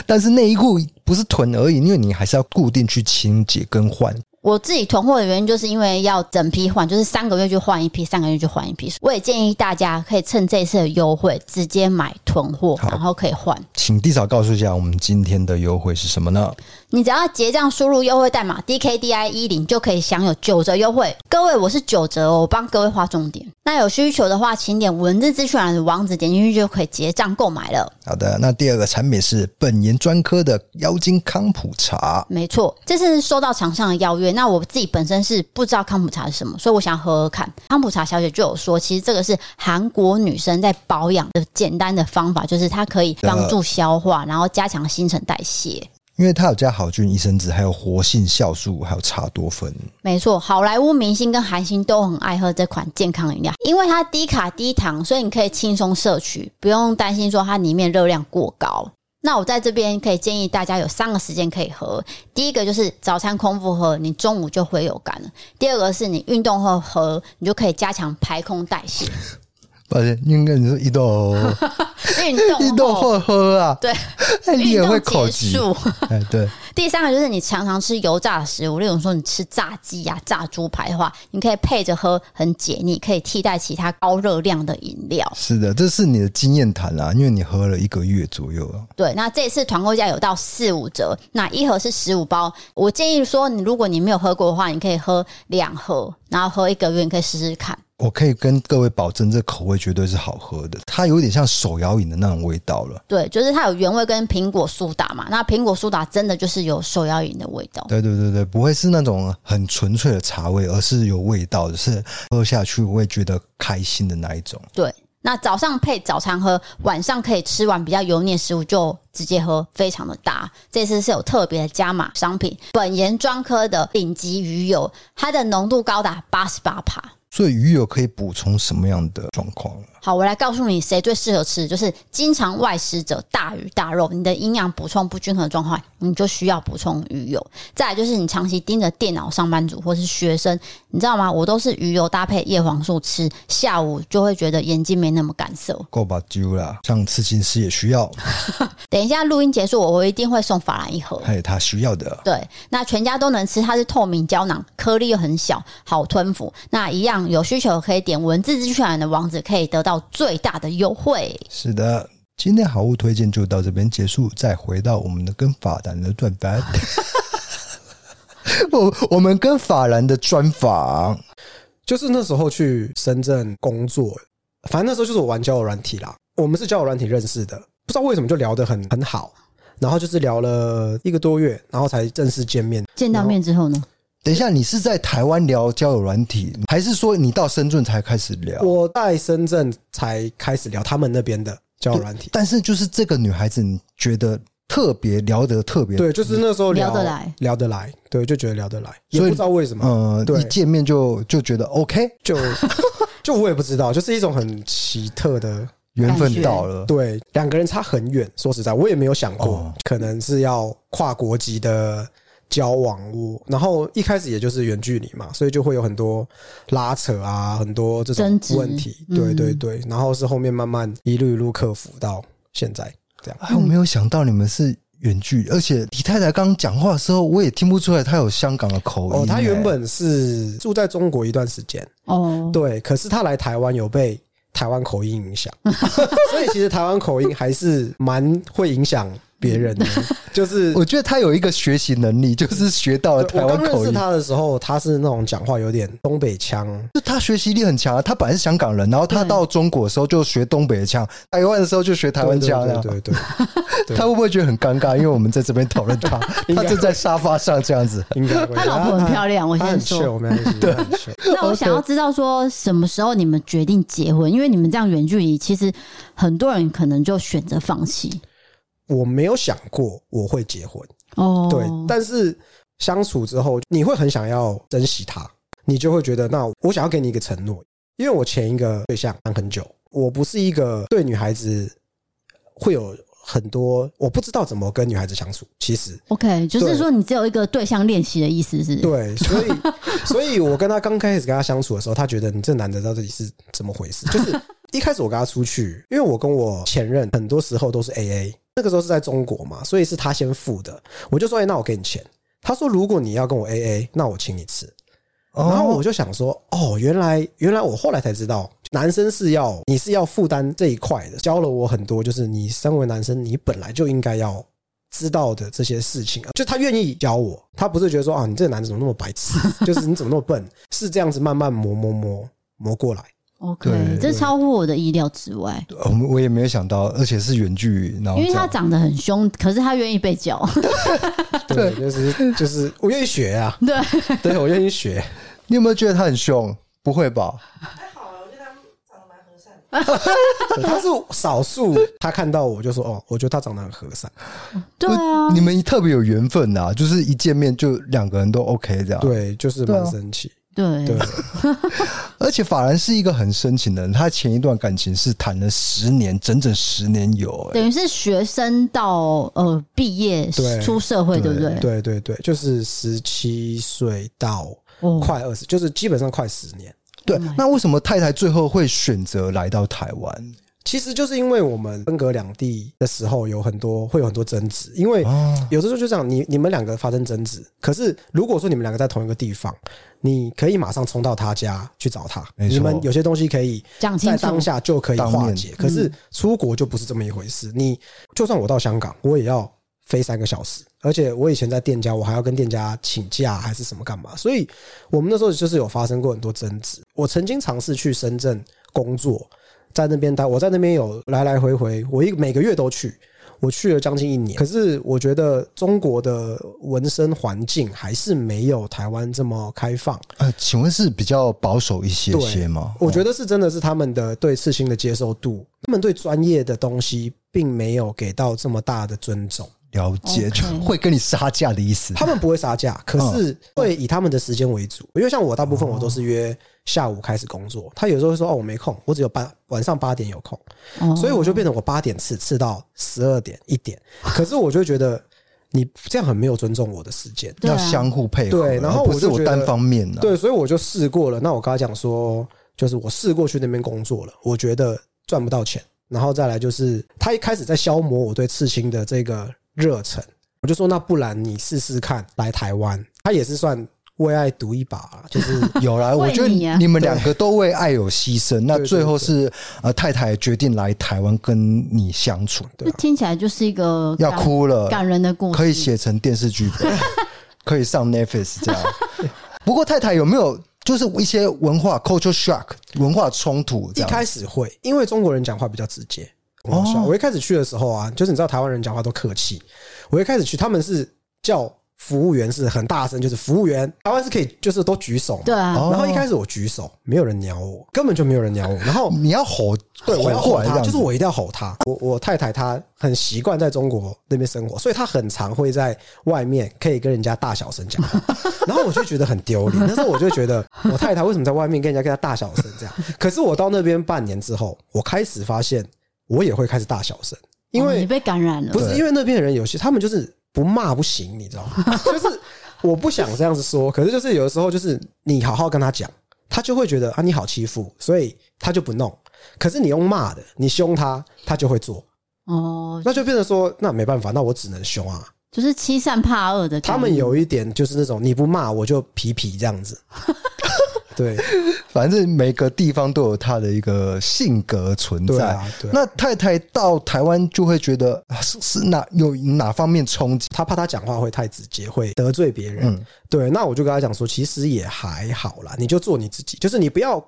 Speaker 1: 但是内衣裤不是囤而已，因为你还是要固定去清洁更换。
Speaker 2: 我自己囤货的原因，就是因为要整批换，就是三个月就换一批，三个月就换一批。我也建议大家可以趁这一次的优惠，直接买囤货，
Speaker 1: 好
Speaker 2: 然后可以换。
Speaker 1: 请地嫂告诉一下，我们今天的优惠是什么呢？
Speaker 2: 你只要结账输入优惠代码 DKDI 一零，就可以享有九折优惠。各位，我是九折哦，我帮各位划重点。那有需求的话，请点文字资讯栏的网址，点进去就可以结账购买了。
Speaker 1: 好的，那第二个产品是本研专科的妖精康普茶。
Speaker 2: 没错，这次收到厂商的邀约，那我自己本身是不知道康普茶是什么，所以我想喝喝看。康普茶小姐就有说，其实这个是韩国女生在保养的简单的方法，就是它可以帮助消化，然后加强新陈代谢。
Speaker 1: 因为它有加好菌益生子，还有活性酵素，还有茶多酚。
Speaker 2: 没错，好莱坞明星跟韩星都很爱喝这款健康饮料，因为它低卡低糖，所以你可以轻松摄取，不用担心说它里面热量过高。那我在这边可以建议大家有三个时间可以喝，第一个就是早餐空腹喝，你中午就会有感了；第二个是你运动后喝，你就可以加强排空代 谢。
Speaker 1: 抱歉，应该你说一 豆
Speaker 2: 运
Speaker 1: 一
Speaker 2: 动
Speaker 1: 豆
Speaker 2: 后
Speaker 1: 会喝啊，
Speaker 2: 对，
Speaker 1: 哎你也
Speaker 2: 运
Speaker 1: 会
Speaker 2: 动
Speaker 1: 口
Speaker 2: 结
Speaker 1: 急。
Speaker 2: 束。
Speaker 1: 哎，对，
Speaker 2: 第三个就是你常常吃油炸的食物，例如说你吃炸鸡呀、炸猪排的话，你可以配着喝，很解腻，可以替代其他高热量的饮料。
Speaker 1: 是的，这是你的经验谈啊啦，因为你喝了一个月左右啊了。
Speaker 2: 对，那这次团购价有到四五折，那一盒是十五包。我建议说，你如果你没有喝过的话，你可以喝两盒，然后喝一个月，你可以试试看。
Speaker 1: 我可以跟各位保证，这口味绝对是好喝的，它有点像手摇饮的那种味道了。
Speaker 2: 对，就是它有原味跟苹果苏打嘛，那苹果苏打真的就是有手摇饮的味道。
Speaker 1: 对对对对，不会是那种很纯粹的茶味，而是有味道，就是喝下去我会觉得开心的那一种。
Speaker 2: 对，那早上配早餐喝，晚上可以吃完比较油腻的食物就直接喝，非常的搭。这次是有特别的加码商品，本研专科的顶级鱼油，它的浓度高达八十八帕。
Speaker 1: 所以鱼油可以补充什么样的状况？
Speaker 2: 好，我来告诉你谁最适合吃，就是经常外食者、大鱼大肉，你的营养补充不均衡的状况，你就需要补充鱼油。再来就是你长期盯着电脑上班族或是学生，你知道吗？我都是鱼油搭配叶黄素吃，下午就会觉得眼睛没那么干涩。
Speaker 1: 够把揪啦，像刺青师也需要，
Speaker 2: 等一下录音结束，我我一定会送法兰一盒。
Speaker 1: 还有他需要的。
Speaker 2: 对，那全家都能吃，它是透明胶囊，颗粒又很小，好吞服。那一样有需求可以点文字资讯栏的网址，可以得到最大的优惠。
Speaker 1: 是的，今天好物推荐就到这边结束，再回到我们的跟法兰的专 访。我我们跟法兰的专访，
Speaker 3: 就是那时候去深圳工作，反正那时候就是我玩交友软体啦，我们是交友软体认识的，不知道为什么就聊得很很好，然后就是聊了一个多月，然后才正式见面。
Speaker 2: 见到面之后呢？
Speaker 1: 等一下，你是在台湾聊交友软体，还是说你到深圳才开始聊？
Speaker 3: 我在深圳才开始聊他们那边的，交友软体。
Speaker 1: 但是就是这个女孩子，你觉得特别聊得特别，
Speaker 3: 对，就是那时候
Speaker 2: 聊得来，
Speaker 3: 聊得来，对，就觉得聊得来，也
Speaker 1: 所以
Speaker 3: 不知道为什么，
Speaker 1: 呃，
Speaker 3: 对
Speaker 1: 一见面就就觉得 OK，
Speaker 3: 就就我也不知道，就是一种很奇特的，
Speaker 1: 缘
Speaker 2: 感
Speaker 1: 分
Speaker 2: 觉
Speaker 1: 到了，
Speaker 3: 对，两个人差很远。说实在，我也没有想过，
Speaker 1: 哦
Speaker 3: 可能是要跨国籍的交往我，然后一开始也就是远距离嘛，所以就会有很多拉扯啊，很多这
Speaker 2: 争
Speaker 3: 种
Speaker 2: 执
Speaker 3: 问题，
Speaker 2: 嗯
Speaker 3: 对对对，然后是后面慢慢一路一路克服到现在这样。
Speaker 1: 哎，我没有想到你们是远距离，而且李太太刚讲话的时候，我也听不出来她有香港的口音。
Speaker 3: 哦，他原
Speaker 1: 哎
Speaker 3: 本是住在中国一段时间，
Speaker 2: 哦，
Speaker 3: 对，可是他来台湾有被台湾口音影 响，所以其实台湾口音还是蛮会影响别人的。 就是呃
Speaker 1: 我觉得她有一个学习能力，就是学到了
Speaker 3: 对
Speaker 1: 台
Speaker 3: 我
Speaker 1: 湾
Speaker 3: 刚认
Speaker 1: 口
Speaker 3: 识
Speaker 1: 音。
Speaker 3: 他的时候，他是那种讲话有点东北腔，
Speaker 1: 就她学习力很强啊，她本来是香港人，然后她
Speaker 2: 对
Speaker 1: 到中国的时候就学东北的腔，台湾的时候就学台湾腔
Speaker 3: 对
Speaker 1: 啊。
Speaker 3: 对对 对，对
Speaker 1: 她会不会觉得很尴尬？因为我们在这边讨论她，
Speaker 3: 应
Speaker 1: 她
Speaker 3: 该
Speaker 1: 正在沙发上这 样子。
Speaker 3: 对应该会。
Speaker 2: 他老婆很漂亮，我
Speaker 3: 他他
Speaker 2: 先
Speaker 3: 很
Speaker 2: 说。
Speaker 3: 秀，没关系，他 很秀。
Speaker 2: 那我想要知道说什么时候你们决定结婚？因为你们这样远距离，其实很多人可能就选择放弃。
Speaker 3: 我没有想过我会结婚，
Speaker 2: 哦，
Speaker 3: 对，但是相处之后，你会很想要珍惜他，你就会觉得，那我想要给你一个承诺，因为我前一个对象谈很久，我不是一个对女孩子会有很多我不知道怎么跟女孩子相处，其实
Speaker 2: OK，就是
Speaker 3: 对
Speaker 2: 说你只有一个对象练习的意思是？，
Speaker 3: 对，所以所以我跟他刚开始跟他相处的时候，他觉得你这男的到底是怎么回事？就是一开始我跟他出去，因为我跟我前任很多时候都是 A A，那个时候是在中国嘛，所以是他先付的，我就说哎、那我给你钱。他说如果你要跟我 A A，那我请你吃。然后我就想说，哦，原来原来我后来才知道，男生是要你是要负担这一块的，教了我很多，就是你身为男生，你本来就应该要知道的这些事情。就他愿意教我，他不是觉得说啊，你这个男的怎么那么白痴， 就是你怎么那么笨，是这样子慢慢磨磨磨磨过来。
Speaker 2: OK，
Speaker 1: 对
Speaker 2: 这超乎我的意料之外，
Speaker 1: 我们哦我也没有想到，而且是远距离，然后
Speaker 2: 因为他
Speaker 1: 这样
Speaker 2: 长得很凶，可是他愿意被教。
Speaker 3: 对，就是就是我愿意学啊，
Speaker 2: 对，
Speaker 3: 对我愿意学。
Speaker 1: 你有没有觉得她很凶？不会吧？
Speaker 3: 对他是少数，他看到我就说哦，我觉得他长得很和善。
Speaker 2: 对啊，
Speaker 1: 你们特别有缘分呐、就是一见面就两个人都 OK 这样。
Speaker 3: 对，就是
Speaker 1: 对啊
Speaker 3: 蛮神奇。
Speaker 2: 对
Speaker 3: 对，
Speaker 1: 而且法兰是一个很深情的人，他前一段感情是谈了十年，整整十年有、欸。
Speaker 2: 等于是学生到呃毕业
Speaker 3: 对
Speaker 2: 出社会，对不对？
Speaker 3: 对对对，就是十七岁到
Speaker 2: 哦
Speaker 3: 快二十、就是基本上快十年。
Speaker 1: 对
Speaker 2: Oh my，
Speaker 1: 那为什么太太最后会选择来到台湾？
Speaker 3: 其实就是因为我们分隔两地的时候，有很多会有很多争执，因为
Speaker 1: 哦
Speaker 3: 有的时候就这样，你你们两个发生争执，可是如果说你们两个在同一个地方，你可以马上冲到他家去找他，
Speaker 1: 没错
Speaker 3: 你们有些东西可以
Speaker 2: 讲清
Speaker 3: 在
Speaker 2: 楚
Speaker 3: 当，下就可以
Speaker 1: 当
Speaker 3: 化
Speaker 1: 面嗯
Speaker 3: 解，可是出国就不是这么一回事。你就算我到香港，我也要飞三个小时，而且我以前在店家，我还要跟店家请假还是什么干嘛，所以我们那时候就是有发生过很多争执。我曾经尝试去深圳工作，在那边待，我在那边有来来回回，我一每个月都去。我去了将近一年，可是我觉得中国的纹身环境还是没有台湾这么开放。
Speaker 1: 呃，请问是比较保守一些
Speaker 3: 对
Speaker 1: 些吗？哦
Speaker 3: 我觉
Speaker 1: 得
Speaker 3: 得是真的是他们的对刺青的接受度，他们对专业的东西并没有给到这么大的尊重。
Speaker 1: 哦了解
Speaker 2: OK
Speaker 1: 就 会跟你杀价的意思。
Speaker 3: 他们不会 杀价，可是
Speaker 1: 嗯
Speaker 3: 会以他们的时间为主。因为像我大部
Speaker 1: 哦
Speaker 3: 分我都是约下午开始工作，他有时候会说哦我没空，我只有八晚上八点有空，
Speaker 2: 哦
Speaker 3: 所以我就变成我八点刺刺到十二点一点。可是我就会觉得你这样很没有尊重我的时间。
Speaker 2: 对啊
Speaker 1: 要相互配合，
Speaker 3: 对然后
Speaker 1: 而不是
Speaker 3: 我就
Speaker 1: 我
Speaker 3: 觉得
Speaker 1: 单方面啊的、
Speaker 3: 对，所以我就试过了。那我跟他讲说，就是我试过去那边工作了，我觉得赚不到钱。然后再来就是，他一开始在消磨我对刺青的这个热忱，我就说那不然你试试看来台湾，他也是算为爱赌一把啦，就是
Speaker 1: 有 啦，我觉得
Speaker 2: 为你啊
Speaker 1: 你们两个都为爱有牺牲，那
Speaker 3: 对对
Speaker 1: 最后是呃太太决定来台湾跟你相处，
Speaker 3: 对
Speaker 2: 这听起来就是一个
Speaker 1: 要
Speaker 2: 感
Speaker 1: 哭了，
Speaker 2: 感人的故事，
Speaker 1: 可以写成电视剧 本，可以上 Netflix 这样。不过太太有没有就是一些文化 culture shock 文化冲突这
Speaker 3: 一
Speaker 1: 样？
Speaker 3: 开始会，因为中国人讲话比较直接。很
Speaker 1: 哦
Speaker 3: 好笑我一开始去的时候啊，就是你知道台湾人讲话都客气，我一开始去他们是叫服务员是很大声，就是服务员，台湾是可以就是都举手嘛。
Speaker 2: 对啊，
Speaker 1: 哦
Speaker 3: 然后一开始我举手，没有人鸟我，根本就没有人鸟我。然后
Speaker 1: 你要吼，
Speaker 3: 对，我要
Speaker 1: 吼过
Speaker 3: 吼
Speaker 1: 来这样
Speaker 3: 他，
Speaker 1: 子，
Speaker 3: 就是我一定要吼他。我我太太她很习惯在中国那边生活，所以她很常会在外面可以跟人家大小声讲 话，然后我就觉得很丢脸。但是我就觉得我太太为什么在外面跟人家跟她大小声这样？可是我到那边半年之后，我开始发现我也会开始大小声，因
Speaker 2: 哦
Speaker 3: 为
Speaker 2: 你被感染了，
Speaker 3: 不是因为那边的人有些他们就是不骂不行，你知道吗？就是我不想这样子说，可是就是有的时候就是你好好跟他讲，他就会觉得啊你好欺负，所以他就不弄。可是你用骂的，你凶他，他就会做，
Speaker 2: 哦，
Speaker 3: 那就变成说那没办法，那我只能凶啊。
Speaker 2: 就是欺善怕恶的感觉。
Speaker 3: 他们有一点就是那种你不骂我就皮皮这样子，对
Speaker 1: 反正每个地方都有他的一个性格存
Speaker 3: 对
Speaker 1: 在。
Speaker 3: 啊，对啊。
Speaker 1: 那太太到台湾就会觉得啊是是哪有哪方面冲击？
Speaker 3: 他怕他讲话会太直接，会得罪别人。
Speaker 1: 嗯
Speaker 3: 对，那我就跟他讲说，其实也还好啦，你就做你自己，就是你不要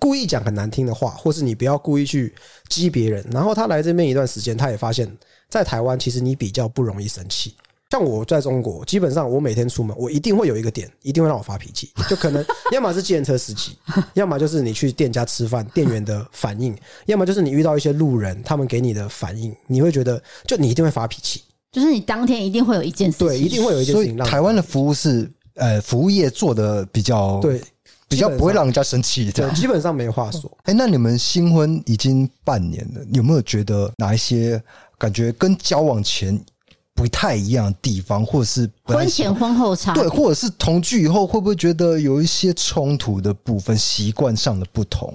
Speaker 3: 故意讲很难听的话，或是你不要故意去激别人。然后他来这边一段时间，他也发现，在台湾其实你比较不容易生气。像我在中国，基本上我每天出门，我一定会有一个点，一定会让我发脾气，就可能要么是计程车司机， 要么就是你去店家吃饭，店员的反应，要么就是你遇到一些路人，他们给你的反应，你会觉得就你一定会发脾气。
Speaker 2: 就是你当天一定会有一件事情，
Speaker 3: 对，一定会有一件
Speaker 1: 所
Speaker 3: 事
Speaker 1: 以
Speaker 3: 情让
Speaker 1: 台湾的服务是呃服务业做的比较
Speaker 3: 对
Speaker 1: 比较
Speaker 3: 基本上
Speaker 1: 不会让人家生气这
Speaker 3: 对
Speaker 1: 样。
Speaker 3: 基本上没话说。
Speaker 1: 哎、那你们新婚已经半年了，有没有觉得哪一些感觉跟交往前不太一样的地方，或者是本来
Speaker 2: 婚前婚后差别
Speaker 1: 对，或者是同居以后会不会觉得有一些冲突的部分、习惯上的不同？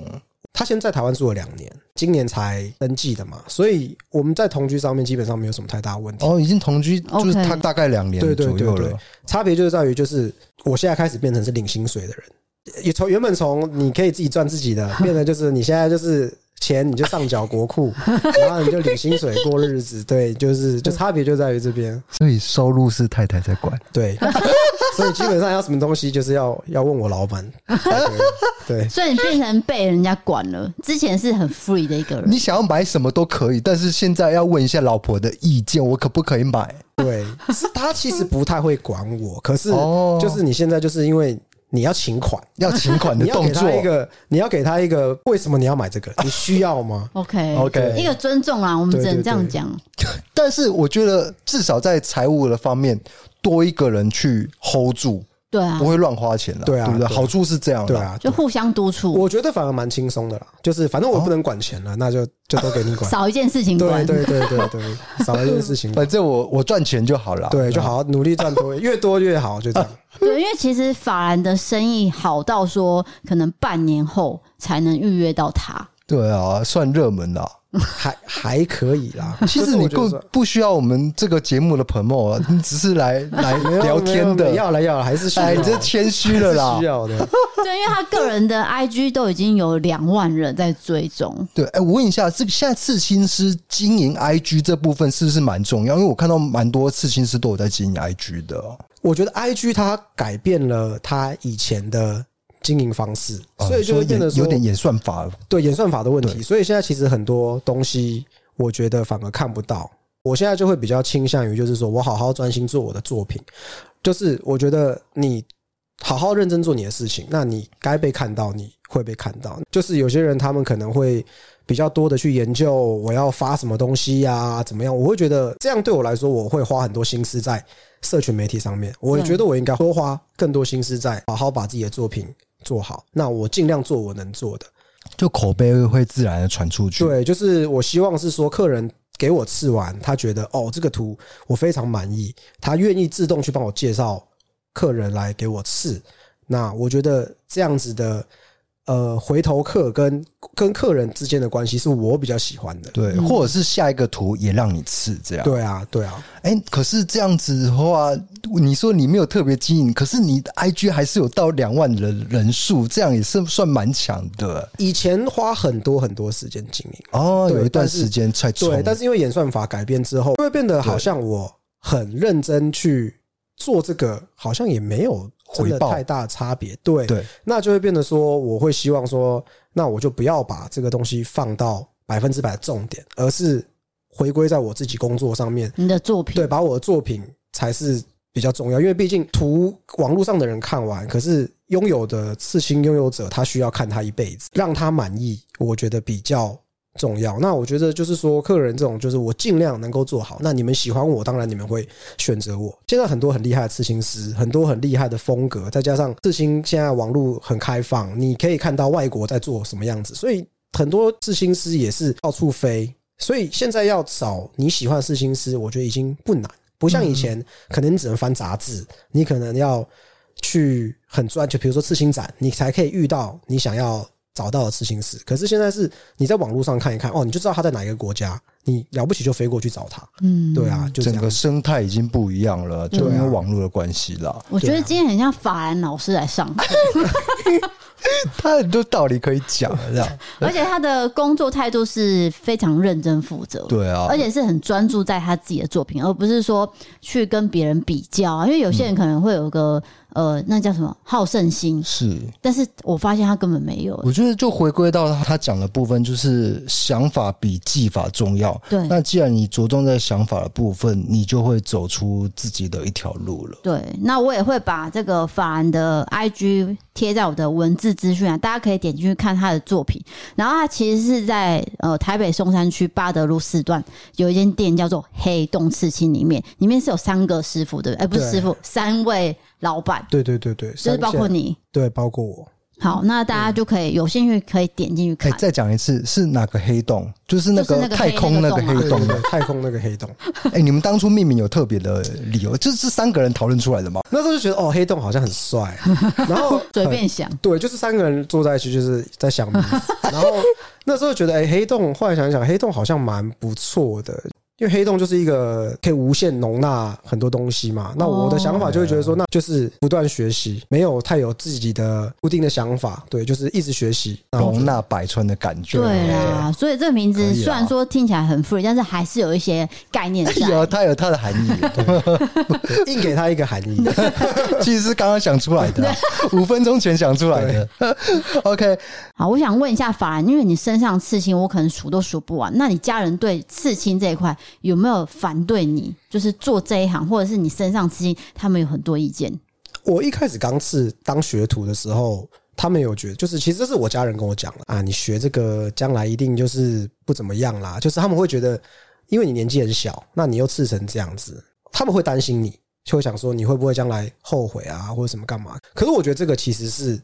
Speaker 3: 他先在台湾住了两年，今年才登记的嘛，所以我们在同居上面基本上没有什么太大问题。
Speaker 1: 哦，已经同居就是
Speaker 2: OK
Speaker 1: 他大概两年
Speaker 3: 对对
Speaker 1: 左
Speaker 3: 对
Speaker 1: 右
Speaker 3: 对
Speaker 1: 了，，
Speaker 3: 差别就是在于，就是我现在开始变成是领薪水的人，也从原本从你可以自己赚自己的，变得就是你现在就是钱你就上缴 国库，然后你就领薪水过日子。对，就是就差别就在于这边。
Speaker 1: 所以收入是太太在管。
Speaker 3: 对，所以基本上要什么东西就是要要问我老板。对，
Speaker 2: 所以你变成被人家管了。之前是很 free 的一个人，
Speaker 1: 你想要买什么都可以，但是现在要问一下老婆的意见，我可不可以买？
Speaker 3: 对，是他其实不太会管我，可是
Speaker 1: 哦
Speaker 3: 就是你现在就是因为你要请款，
Speaker 1: 要请款的
Speaker 3: 你要
Speaker 1: 动
Speaker 3: 给
Speaker 1: 作
Speaker 3: 他，一个，你要给他一个，为什么你要买这个？你需要 吗？
Speaker 2: OK
Speaker 1: OK
Speaker 2: 一个尊重啊啦，我们只能这样讲。
Speaker 1: 但是我觉得至少在财务的方面，多一个人去 hold 住，
Speaker 2: 对啊
Speaker 1: 不，会乱花钱了，
Speaker 3: 对啊
Speaker 1: 不对？
Speaker 3: 对啊
Speaker 1: 好处是这样啦
Speaker 3: 对，啊，
Speaker 2: 就互相督促，
Speaker 3: 我觉得反而蛮轻松的啦，就是反
Speaker 1: 哦
Speaker 3: 正我不能管钱了，那就就都给 你管。
Speaker 2: 少一件事情
Speaker 3: 对
Speaker 2: 管。
Speaker 3: 对对对对，少了一件事情管，
Speaker 1: 反正我我赚钱就好了，
Speaker 3: 对，就好好努力赚多，越多越好，就 这样。
Speaker 2: 对，因为其实法兰的生意好到说，可能半年后才能预约到他。
Speaker 1: 对啊，算热门啦。
Speaker 3: 还还可以啦。
Speaker 1: 其
Speaker 3: 就是
Speaker 1: 实你
Speaker 3: 我觉得
Speaker 1: 不
Speaker 3: 说
Speaker 1: 不需要我们这个节目的 promo 啊， 你只是来来
Speaker 3: 没有
Speaker 1: 聊天
Speaker 3: 没有没有
Speaker 1: 的。
Speaker 3: 要了要了，还是需要
Speaker 1: 哎，你这谦虚了
Speaker 3: 还 是需
Speaker 1: 啦。
Speaker 3: 要的。
Speaker 2: 对，因为他个人的 IG 都已经有两万人在追踪。
Speaker 1: 对，哎，我问一下，这个现在刺青师经营 IG 这部分是不是蛮重要？因为我看到蛮多刺青师都有在经营 IG 的哦。
Speaker 3: 我觉得 I G 它改变了它以前的经营方式，
Speaker 1: 啊
Speaker 3: 所以就会变得
Speaker 1: 说
Speaker 3: 说
Speaker 1: 演有点演算法了。
Speaker 3: 对演算法的问
Speaker 1: 对
Speaker 3: 题。所以现在其实很多东西，我觉得反而看不到。我现在就会比较倾向于，就是说我好好专心做我的作品，就是我觉得你好好认真做你的事情，那你该被看到，你会被看到。就是有些人他们可能会比较多的去研究我要发什么东西呀、怎么样？我会觉得这样对我来说，我会花很多心思在社群媒体上面。我
Speaker 2: 对
Speaker 3: 觉得我应该多花更多心思在好好把自己的作品做好。那我尽量做我能做的。
Speaker 1: 就口碑会自然的传出去。，
Speaker 3: 对，就是我希望是说客人。给我刺完，他觉得哦，这个图我非常满意，他愿意自动去帮我介绍客人来给我刺。那我觉得这样子的呃回头客跟跟客人之间的关系是我比较喜欢的。
Speaker 1: 对，啊或者是下一个图也让你刺这样。，
Speaker 3: 嗯对啊，对啊，
Speaker 1: 哎、可是这样子的话，你说你没有特别经营，可是你的 IG 还是有到两万人人数，这样也是算蛮强的
Speaker 3: 以前花很多很多时间经营，
Speaker 1: 哦。
Speaker 3: 对
Speaker 1: 有一段
Speaker 3: 但是
Speaker 1: 时间才冲，
Speaker 3: 对，但是因为演算法改变之后，就会变得好像我很认真去做这个，好像也没有真
Speaker 1: 回
Speaker 3: 的
Speaker 1: 报
Speaker 3: 太大差别。对，
Speaker 1: 对
Speaker 3: 那就会变得说，我会希望说，那我就不要把这个东西放到百分之百的重点，而是回归在我自己工作上面，
Speaker 2: 嗯你的作品
Speaker 3: 对，把我的作品才是比较重要，因为毕竟图网络上的人看完，可是拥有的刺青拥有者他需要看他一辈子，让他满意，我觉得比较重要。那我觉得就是说，客人这种就是我尽量能够做好。那你们喜欢我，当然你们会选择我。现在很多很厉害的刺青师，很多很厉害的风格，再加上刺青现在网络很开放，你可以看到外国在做什么样子，所以很多刺青师也是到处飞。所以现在要找你喜欢的刺青师，我觉得已经不难。不像以前，可能你只能翻杂志，你可能要去很专，就比如说刺青展，你才可以遇到你想要找到的刺青师。可是现在是你在网络上看一看，哦，你就知道他在哪一个国家，你了不起就飞过去找他。
Speaker 2: 嗯，
Speaker 3: 对啊，就这
Speaker 1: 整
Speaker 3: 样啊
Speaker 1: 个。生态已经不一样了，就因为网络的关系啦。
Speaker 2: 我觉得今天很像法兰老师来上课，
Speaker 1: 他很多道理可以讲，这样
Speaker 2: 而且他的工作态度是非常认真负责，
Speaker 1: 对啊
Speaker 3: 哎
Speaker 2: 而且是很专注在他自己的作品，而不是说去跟别人比较啊。因为有些人可能会有个、呃，那叫什么好胜心，
Speaker 1: 是。
Speaker 2: 但是我发现他根本没有。
Speaker 1: 我觉得就回归到他讲的部分，就是想法比技法重要。
Speaker 2: 对
Speaker 1: 那既然你着重在想法的部分，你就会走出自己的一条路了。
Speaker 2: 对，那我也会把这个法兰的 IG 贴在我的文字资讯啊，大家可以点进去看他的作品。然后他其实是在呃台北松山区八德路四段有一间店叫做黑洞刺青，里面里面是有三个师傅的，哎、不是
Speaker 3: 对
Speaker 2: 师傅，三位老板，
Speaker 3: 对对对对，
Speaker 2: 就是包括
Speaker 3: 三线，
Speaker 2: 你。
Speaker 3: 对，包括我。
Speaker 2: 好，那大家就可以有兴趣可以点进去
Speaker 1: 哎、
Speaker 2: 看。
Speaker 1: 再讲一次，是哪个黑洞？就是那
Speaker 2: 就
Speaker 1: 个
Speaker 2: 是那个
Speaker 1: 太空那个
Speaker 2: 黑
Speaker 1: 黑
Speaker 3: 对
Speaker 1: 洞
Speaker 3: 对
Speaker 1: 吗
Speaker 3: 对，？太空那个黑洞，
Speaker 1: 哎、你们当初命名有特别的理由？这是三个人讨论出来的吗？
Speaker 3: 那时候就觉得哦，黑洞好像 很帅，然后
Speaker 2: 随便想，
Speaker 3: 对，就是三个人坐在一起，就是在想名字。然后那时候觉得，哎、黑洞，后来想一想，黑洞好像蛮不错的，因为黑洞就是一个可以无限容纳很多东西嘛。那我的想法就会觉得说，那就是不断学习，没有太有自己的固定的想法，对，就是一直学习。然后
Speaker 1: 容纳百川的感觉。
Speaker 2: 嗯对啦，所以这个名
Speaker 1: 可
Speaker 2: 字
Speaker 1: 以啊
Speaker 2: 虽然说听起来很 free，但是还是有一些概念在。
Speaker 1: 哎 有它有它的含义，
Speaker 3: 对硬给他一个含义，
Speaker 1: 其实是刚刚想出来 的啊、五分钟前想出来的。OK，
Speaker 2: 好，我想问一下法兰，因为你身上刺青，我可能数都数不完。那你家人对刺青这一块有没有反对你，就是做这一行，或者是你身上刺青，他们有很多意见？
Speaker 3: 我一开始刚刺当学徒的时候，他们有觉得，就是其实这是我家人跟我讲的啊，你学这个将来一定就是不怎么样啦，就是他们会觉得，因为你年纪很小，那你又刺成这样子，他们会担心你，就会想说你会不会将来后悔啊，或者什么干嘛？可是我觉得这个其实是。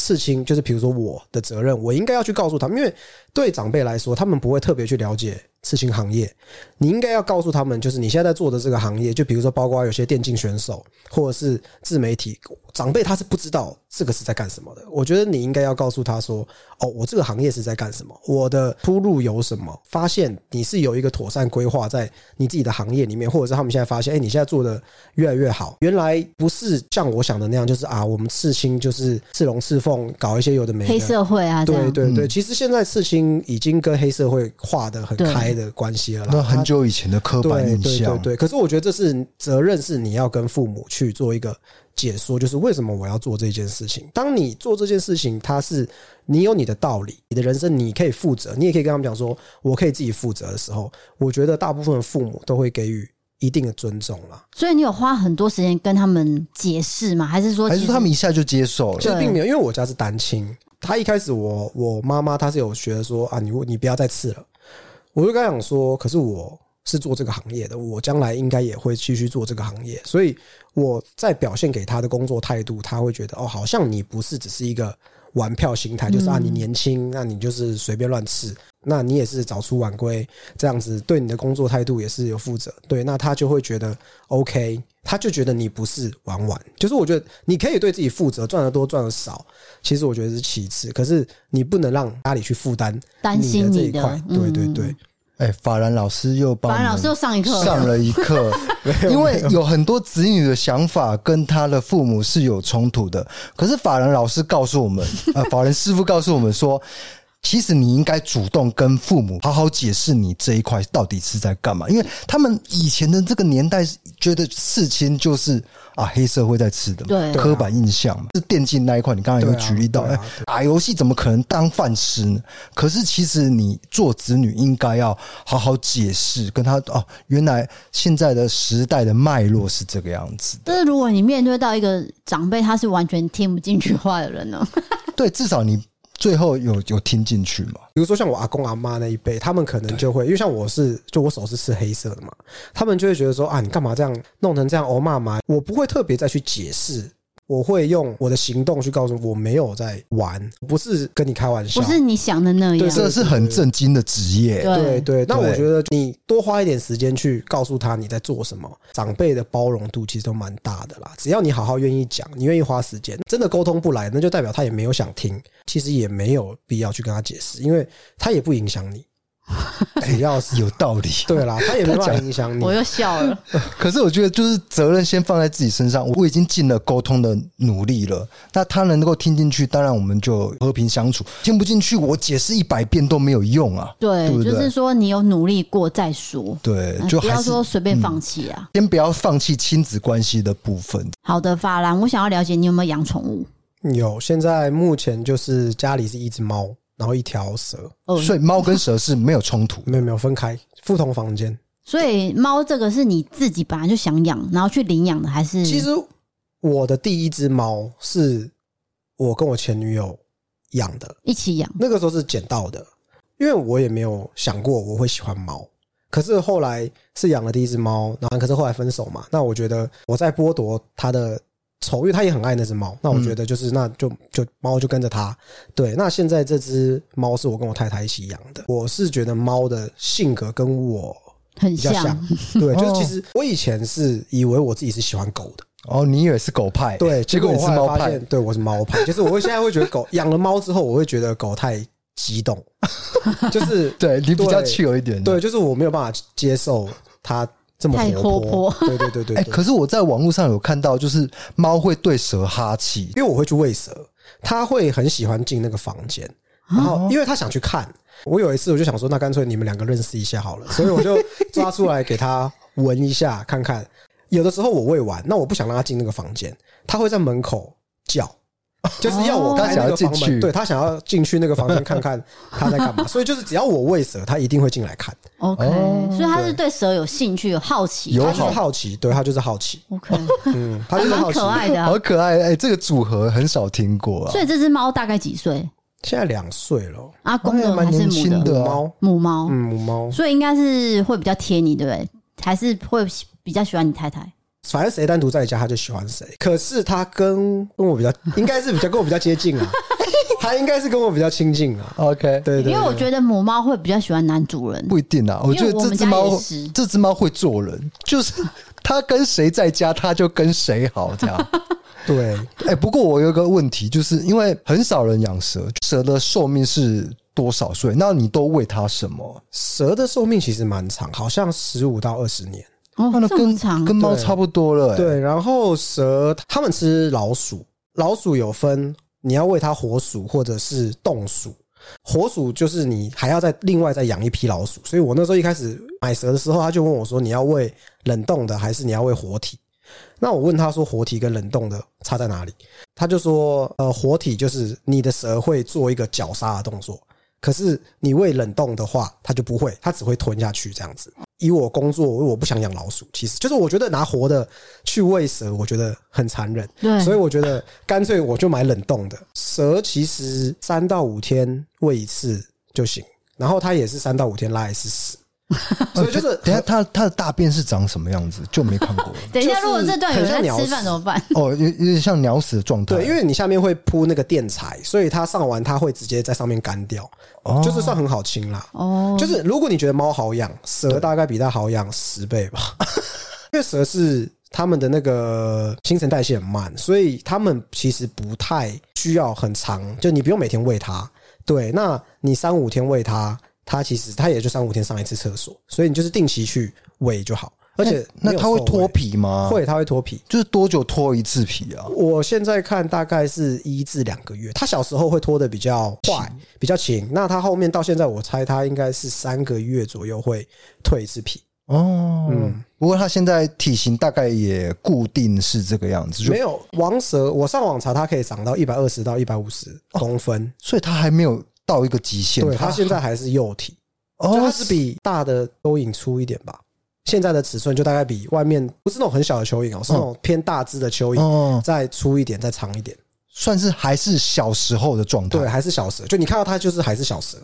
Speaker 3: 刺青就是，比如说我的责任，我应该要去告诉他们，因为对长辈来说，他们不会特别去了解刺青行业，你应该要告诉他们，就是你现在在做的这个行业，就比如说包括有些电竞选手或者是自媒体长辈，他是不知道这个是在干什么的。我觉得你应该要告诉他说，哦，我这个行业是在干什么，我的出路有什么？发现你是有一个妥善规划在你自己的行业里面，或者是他们现在发现，哎，你现在做的越来越好，原来不是像我想的那样，就是啊，我们刺青就是刺龙刺凤，搞一些有的没的，
Speaker 2: 黑社会啊，这
Speaker 3: 对
Speaker 2: 样。
Speaker 3: 对对，
Speaker 1: 嗯
Speaker 3: 其实现在刺青已经跟黑社会划的很
Speaker 2: 对
Speaker 3: 开的关系了啦。
Speaker 1: 那很久以前的刻
Speaker 3: 它
Speaker 1: 板
Speaker 3: 对
Speaker 1: 印
Speaker 3: 对对
Speaker 1: 象，
Speaker 3: 对，可是我觉得这是责任，是你要跟父母去做一个解说，就是为什么我要做这件事情。当你做这件事情，它是你有你的道理，你的人生你可以负责，你也可以跟他们讲说，我可以自己负责的时候，我觉得大部分的父母都会给予一定的尊重啦。
Speaker 2: 所以你有花很多时间跟他们解释吗？还是说
Speaker 1: 还
Speaker 2: 其
Speaker 1: 是
Speaker 2: 实，
Speaker 1: 说他们一下就接受
Speaker 3: 其
Speaker 1: 了？
Speaker 3: 实并没有，因为我家是单亲。他一开始我我妈妈她是有学说啊，你你不要再刺了。我就跟他讲说，可是我是做这个行业的，我将来应该也会继续做这个行业，所以我在表现给他的工作态度，他会觉得哦，好像你不是只是一个玩票心态，就是啊，你年轻，那你就是随便乱刺，那你也是早出晚归，这样子对你的工作态度也是有负责。对，那他就会觉得 OK，他就觉得你不是玩玩，就是我觉得你可以对自己负责，赚得多赚得少，其实我觉得是其次，可是你不能让家里去负担
Speaker 2: 担
Speaker 3: 你的
Speaker 2: 心
Speaker 3: 这
Speaker 2: 你
Speaker 3: 一
Speaker 2: 的嗯
Speaker 3: 块。对对对，
Speaker 1: 哎，法兰老师又帮
Speaker 2: 法兰
Speaker 1: 我
Speaker 2: 老
Speaker 1: 们
Speaker 2: 师又上一课了
Speaker 1: 上了一 课，因为有很多子女的想法跟他的父母是有冲突的。可是法兰老师告诉我们，呃，法兰师傅告诉我们说。其实你应该主动跟父母好好解释你这一块到底是在干嘛，因为他们以前的这个年代觉得刺青就是啊黑社会在吃的嘛，
Speaker 2: 对
Speaker 1: 刻板印象嘛，是电竞那一块，你刚才有
Speaker 3: 对啊
Speaker 1: 举例到，
Speaker 3: 对
Speaker 1: 哎、
Speaker 3: 啊
Speaker 1: 打游戏怎么可能当饭吃呢？可是其实你做子女应该要好好解释，跟他哦，原来现在的时代的脉络是这个样子 的。
Speaker 2: 但是如果你面对到一个长辈，他是完全听不进去话 的人呢？
Speaker 1: 对，至少你最后有有听进去嘛？
Speaker 3: 比如说像我阿公阿妈那一辈，他们可能就会，因为像我是，就我手是吃黑色的嘛，他们就会觉得说啊，你干嘛这样弄成这样？哦，妈妈，我不会特别再去解释，我会用我的行动去告诉我没有在玩，不是跟你开玩笑
Speaker 2: 不。是你想的那样
Speaker 3: 对。
Speaker 1: 这是很震惊的职业。
Speaker 3: 对对，嗯那
Speaker 1: 对
Speaker 3: 我觉得你多花一点时间去告诉他你在做什么，长辈的包容度其实都蛮大的啦。只要你好好愿意讲，你愿意花时间，真的沟通不来，那就代表他也没有想听，其实也没有必要去跟他解释，因为他也不影响 你。主要是
Speaker 1: 有道理，
Speaker 3: 对啦，他也没办法影响你
Speaker 2: 我。又笑 了，
Speaker 1: 可是我觉得就是责任先放在自己身上。我已经尽了沟通的努力了，那他能够听进去，当然我们就和平相处；听不进去，我解释一百遍都没有用啊。
Speaker 2: 对，
Speaker 1: 对不对
Speaker 2: 就是说你有努力过再说，
Speaker 1: 对
Speaker 2: 呃，
Speaker 3: 哎
Speaker 1: 就
Speaker 2: 不
Speaker 1: 还
Speaker 2: 要
Speaker 1: 是嗯
Speaker 2: 说随便放弃啊。
Speaker 1: 先不要放弃亲子关系的部分。
Speaker 2: 好的，法兰，我想要了解你有没有养宠物？
Speaker 3: 有，现在目前就是家里是一只猫，然后一条蛇，，
Speaker 2: 哦，
Speaker 1: 所以猫跟蛇是没有冲突
Speaker 3: 没有没有分开，不同房间。
Speaker 2: 所以猫这个是你自己本来就想养，然后去领养的，还是
Speaker 3: 其实我的第一只猫是我跟我前女友养的，
Speaker 2: 一起养？
Speaker 3: 那个时候是捡到的，因为我也没有想过我会喜欢猫。可是后来是养了第一只猫，然后可是后来分手嘛，那我觉得我在剥夺它的宠，因为它也很爱那只猫。那我觉得就是、那就就猫就跟着它。对，那现在这只猫是我跟我太太一起养的，我是觉得猫的性格跟我
Speaker 2: 很
Speaker 3: 比较像，
Speaker 2: 像，
Speaker 3: 对，就
Speaker 1: 哦
Speaker 3: 是其实我以前是以为我自己是喜欢狗的。
Speaker 1: 哦，你以为是狗派，
Speaker 3: 对，
Speaker 1: 结果
Speaker 3: 我
Speaker 1: 你是
Speaker 3: 后来
Speaker 1: 猫
Speaker 3: 发
Speaker 1: 派
Speaker 3: 现，，对我是猫派，就是我会现在会觉 得狗养了猫之后，我会觉得狗太激动，就是
Speaker 1: 对你比较
Speaker 3: 对
Speaker 1: 气有一点，
Speaker 3: 对，就是我没有办法接受它这么
Speaker 2: 太活
Speaker 3: 活泼，对对对对
Speaker 1: 哎、
Speaker 3: 对
Speaker 1: 可是我在网络上有看到，就是猫会对蛇哈气，
Speaker 3: 因为我会去喂蛇，它会很喜欢进那个房间，
Speaker 2: 啊
Speaker 3: 然后因为它想去看。我有一次我就想说，那干脆你们两个认识一下好了，所以我就抓出来给它闻一下 看看。有的时候我喂完，那我不想让它进那个房间，它会在门口叫。就是要我
Speaker 1: 它
Speaker 2: 哦
Speaker 3: 开那个房
Speaker 1: 想要进去
Speaker 3: 门，对它想要进去那个房间看看 它在干嘛，所以就是只要我喂蛇，它一定会进来看，
Speaker 2: OK，、
Speaker 1: 哦
Speaker 2: 所以他是对蛇有兴趣、有好奇，
Speaker 1: 有
Speaker 3: 它
Speaker 2: 他
Speaker 3: 就是
Speaker 2: 是
Speaker 3: 好奇，对它就是 好奇，
Speaker 2: OK，
Speaker 3: 嗯，它
Speaker 2: 还
Speaker 3: 就是好
Speaker 2: 蛮
Speaker 3: 奇
Speaker 2: 可。爱的啊、
Speaker 1: 好可爱！哎、这个组合很少听过啊
Speaker 2: 所。以这只猫大概几岁？
Speaker 3: 现在两岁了，
Speaker 2: 啊，公
Speaker 1: 哎
Speaker 2: 的
Speaker 1: 蛮
Speaker 2: 还是
Speaker 1: 年
Speaker 2: 母
Speaker 1: 轻的
Speaker 2: 的？
Speaker 1: 对啊
Speaker 3: 母猫，
Speaker 2: 母猫，
Speaker 3: 嗯，母猫，
Speaker 2: 所以应该是会比较贴你，对不对？还是会比较喜欢你太太？
Speaker 3: 反正谁单独在家，他就喜欢谁。可是他跟跟我比较，应该是比较跟我比较接 近啊，他应该是跟我比较亲近啊。
Speaker 1: OK，
Speaker 3: 对对对，
Speaker 2: 因为我觉得母猫会比较喜欢男主人，
Speaker 1: 不一定啊。我觉得这只
Speaker 2: 因为我们家
Speaker 1: 猫
Speaker 2: 也是，
Speaker 1: 这只猫会做人，就是它跟谁在家，它就跟谁好这 样。
Speaker 3: 对
Speaker 1: 哎、不过我有一个问题，就是因为很少人养蛇，蛇的寿命是多少岁？那你都喂它什么？
Speaker 3: 蛇的寿命其实蛮长，好像十五到二十年。
Speaker 2: 哦
Speaker 1: 那，
Speaker 2: 这么
Speaker 1: 跟
Speaker 2: 长，
Speaker 1: 跟猫差不多了、哎，
Speaker 3: 对，然后蛇它们吃老鼠，老鼠有分你要喂它活鼠或者是冻鼠。活鼠就是你还要再另外再养一批老鼠，所以我那时候一开始买蛇的时候，他就问我说：“你要喂冷冻的还是你要喂活体？”那我问他说：“活体跟冷冻的差在哪里？”他就说：“呃，活体就是你的蛇会做一个绞杀的动作，可是你喂冷冻的话，它就不会，它只会吞下去这样子。”以我工作，我不想养老鼠，其实就是我觉得拿活的去喂蛇，我觉得很残忍。
Speaker 2: 对，
Speaker 3: 所以我觉得干脆我就买冷冻的。蛇其实三到五天喂一次就行，然后它也是三到五天拉一次屎，所以就是
Speaker 1: 呃等一下它它的大便是长什么样子，就没看 过
Speaker 2: 等一下，
Speaker 3: 就是
Speaker 2: 如果这段有人在
Speaker 3: 很像鸟
Speaker 2: 吃饭怎么办？
Speaker 1: 哦，有有点像鸟屎的状态。
Speaker 3: 对，因为你下面会铺那个垫材，所以它上完它会直接在上面干掉，
Speaker 1: 哦
Speaker 3: 就是算很好清啦。
Speaker 2: 哦，
Speaker 1: 嗯
Speaker 3: 就是如果你觉得猫好养，蛇大概比它好养十倍吧， 因为蛇是它们的那个新陈代谢很慢，所以它们其实不太需要很长，就你不用每天喂它。对，那你三五天喂它，它其实它也就三五天上一次厕所，所以你就是定期去喂就好。而且
Speaker 1: 哎那那
Speaker 3: 没有
Speaker 1: 它会
Speaker 3: 臭
Speaker 1: 脱
Speaker 3: 味，
Speaker 1: 皮吗？，
Speaker 3: 会它会脱皮。
Speaker 1: 就是多久脱一次皮啊？
Speaker 3: 我现在看大概是一至两个月，它小时候会脱的比较快，比较勤。那它后面到现在，我猜它应该是三个月左右会蜕一次皮。
Speaker 1: 哦，
Speaker 3: 嗯
Speaker 1: 不过它现在体型大概也固定是这个样子，就
Speaker 3: 没有王蛇，我上网查，它可以长到一百二十到一百五十
Speaker 1: 哦
Speaker 3: 公分。
Speaker 1: 所以它还没有到一个极限。
Speaker 3: 对，它现在还是幼体，就
Speaker 1: 哦
Speaker 3: 它是比大的蚯蚓粗一点吧。现在的尺寸就大概比外面不是那种很小的蚯蚓哦，是那种偏大只的蚯蚓，
Speaker 1: 哦，
Speaker 3: 再粗一点，再长一点。
Speaker 1: 算是还是小时候的状态。
Speaker 3: 对，还是小蛇，就你看到它就是还是小蛇。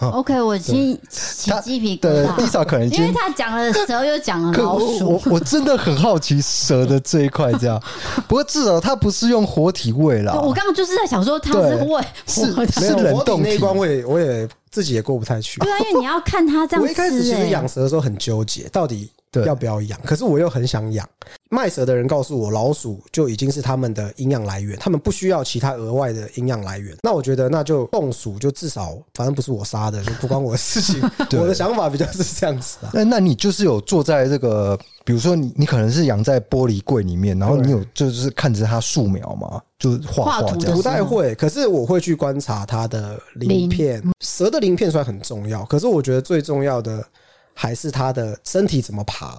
Speaker 2: OK，我已经起
Speaker 1: 他
Speaker 2: 鸡皮疙
Speaker 1: 对，
Speaker 2: 瘩
Speaker 1: 地，上可能已
Speaker 2: 因为
Speaker 1: 经。
Speaker 2: 他讲的时候又讲了
Speaker 1: 可
Speaker 2: 老
Speaker 1: 我
Speaker 2: 鼠
Speaker 1: 我，我真的很好奇蛇的这一块这样， 不过至少它不是用活体喂啦
Speaker 2: 对，我刚刚就是在想说他是
Speaker 1: 对
Speaker 2: 会
Speaker 1: 是
Speaker 2: 活的，
Speaker 1: 是冷
Speaker 3: 我
Speaker 1: 冻
Speaker 3: 那一
Speaker 1: 体
Speaker 3: 关我也我也自己也过不太去。
Speaker 2: 对啊，因为你要看他这样
Speaker 3: 我
Speaker 2: 吃、欸。
Speaker 3: 一开始其实养蛇的时候很纠结，到底
Speaker 1: 对
Speaker 3: 要不要养，可是我又很想养。卖蛇的人告诉我，老鼠就已经是他们的营养来源，他们不需要其他额外的营养来源。那我觉得那就冻鼠就至少，反正不是我杀的，就不关我的事情。
Speaker 1: 对
Speaker 3: 我的想法比较是这样子啊。
Speaker 1: 那那你就是有坐在这个，比如说你你可能是养在玻璃柜里面，然后你有就是看着它素描嘛，就是画
Speaker 2: 画
Speaker 1: 画
Speaker 2: 图
Speaker 1: 这
Speaker 2: 的
Speaker 1: 样
Speaker 3: 不。太会，可是我会去观察它的鳞片。蛇的鳞片虽然很重要，可是我觉得最重要的还是它的身体怎么爬。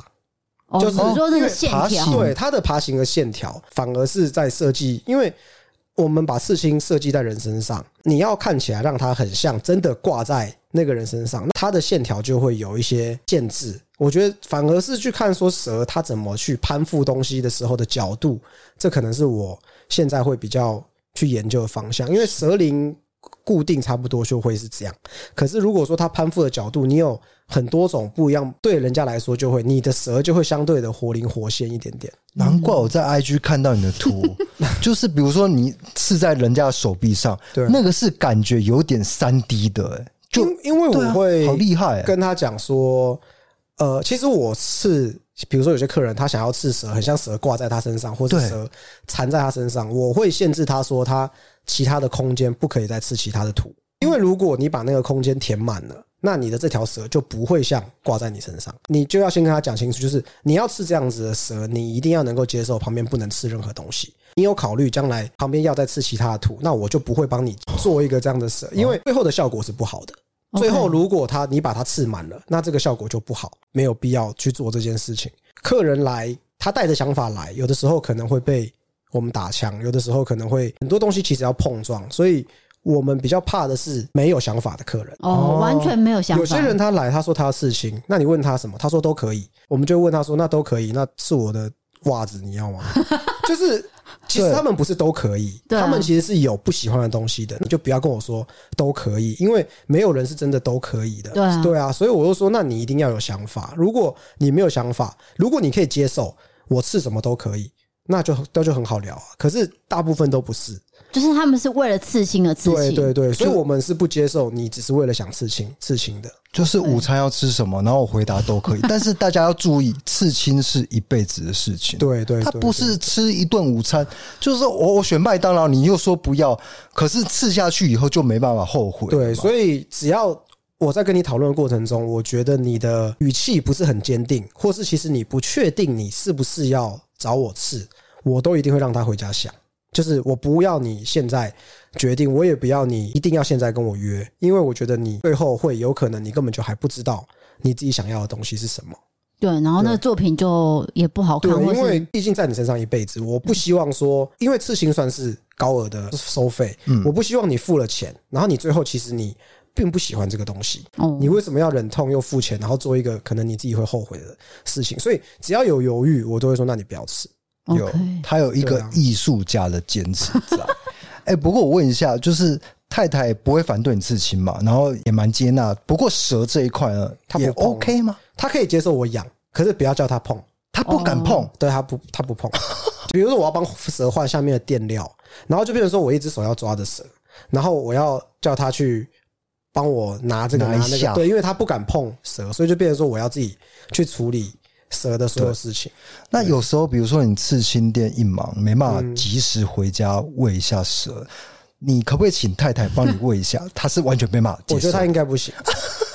Speaker 2: 哦，
Speaker 3: 就是
Speaker 2: 你说这是线
Speaker 1: 爬
Speaker 2: 条
Speaker 1: 行，
Speaker 3: 对它的爬行的线条，反而是在设计，因为我们把刺青设计在人身上，你要看起来让它很像真的挂在那个人身上，它的线条就会有一些限制。我觉得反而是去看说蛇它怎么去攀附东西的时候的角度，这可能是我现在会比较去研究的方向，因为蛇鳞固定差不多就会是这样。可是如果说它攀附的角度，你有很多种不一样，对人家来说就会你的蛇就会相对的活灵活现一点点。
Speaker 1: 难怪我在 IG 看到你的 图，就是比如说你刺在人家的手臂上，
Speaker 3: 对
Speaker 1: 那个是感觉有点三 D 的、欸，就
Speaker 3: 因因为
Speaker 1: 对啊
Speaker 3: 我会
Speaker 1: 好厉害欸
Speaker 3: 跟他讲说，呃，其实我是比如说有些客人他想要刺蛇，很像蛇挂在他身上，或者
Speaker 1: 对
Speaker 3: 蛇缠在他身上，我会限制他说他其他的空间不可以再刺其他的图，因为如果你把那个空间填满了。那你的这条蛇就不会像挂在你身上，你就要先跟他讲清楚，就是你要刺这样子的蛇，你一定要能够接受旁边不能刺任何东西。你有考虑将来旁边要再刺其他的图，那我就不会帮你做一个这样的
Speaker 1: 哦
Speaker 3: 蛇，因为最后的效果是不好的。最后，如果他你把它刺满了，那这个效果就不好，没有必要去做这件事情。客人来，他带着想法来，有的时候可能会被我们打枪，有的时候可能会很多东西其实要碰撞，所以我们比较怕的是没有想法的客人。
Speaker 2: 哦，完全没有想法。
Speaker 3: 有些人他来，他说他要刺青，那你问他什么？他说都可以，我们就问他说那都可以，那是我的袜子，你要吗？就是其实
Speaker 1: 对
Speaker 3: 他们不是都可以，
Speaker 2: 对啊
Speaker 3: 他们其实是有不喜欢的东西的，你就不要跟我说都可以，因为没有人是真的都可以的。
Speaker 2: 对啊
Speaker 3: 所以我就说，那你一定要有想法。如果你没有想法，如果你可以接受我刺什么都可以。那就那就很好聊啊，可是大部分都不是，
Speaker 2: 就是他们是为了刺青而刺
Speaker 3: 对
Speaker 2: 青，
Speaker 3: 对对，所以我们是不接受你只是为了想刺青刺青的，
Speaker 1: 就是午餐要吃什么，然后我回答都 可以。但是大家要注意，刺青是一辈子的事情。
Speaker 3: 对对对
Speaker 1: 他不是吃一顿午餐，就是说我我选麦当劳，你又说不要，可是刺下去以后就没办法后悔了嘛。
Speaker 3: 对，所以只要我在跟你讨论的过程中，我觉得你的语气不是很坚定，或是其实你不确定你是不是要找我刺，我都一定会让他回家想。就是我不要你现在决定，我也不要你一定要现在跟我约，因为我觉得你最后会有可能你根本就还不知道你自己想要的东西是什么。
Speaker 2: 对然后那个作品就也不好看，
Speaker 3: 对，
Speaker 2: 或
Speaker 3: 因为
Speaker 2: 是
Speaker 3: 毕竟在你身上一辈子，我不希望说，因为刺青算是高额的收费，我不希望你付了钱，然后你最后其实你并不喜欢这个东西，
Speaker 2: 哦
Speaker 3: 你为什么要忍痛又付钱，然后做一个可能你自己会后悔的事情？所以只要有犹豫，我都会说，那你不要吃。
Speaker 1: 有
Speaker 2: OK，
Speaker 1: 他有一
Speaker 3: 对
Speaker 1: 个
Speaker 3: 啊
Speaker 1: 艺术家的坚持 在。哎、不过我问一下，就是太太不会反对你刺青嘛，然后也蛮接纳。不过蛇这一块呢，
Speaker 3: 她不
Speaker 1: 也
Speaker 3: 碰啊
Speaker 1: OK 吗？
Speaker 3: 他可以接受我养，可是不要叫他碰，
Speaker 1: 他不敢碰，
Speaker 3: 对他不，他不碰。 比如说我要帮蛇换下面的垫料，然后就变成说我一只手要抓着蛇，然后我要叫他去帮我拿这个
Speaker 1: 拿
Speaker 3: 拿
Speaker 1: 一
Speaker 3: 那
Speaker 1: 下
Speaker 3: 个，对，因为他不敢碰蛇，所以就变成说我要自己去处理蛇的所有事情。
Speaker 1: 那有时候，比如说你刺青店一忙，没办
Speaker 3: 嗯
Speaker 1: 法及时回家喂一下蛇，你可不可以请太太帮你喂一 下？她是完全没办法接
Speaker 3: 我觉
Speaker 1: 受啊
Speaker 3: 得。他应该不行，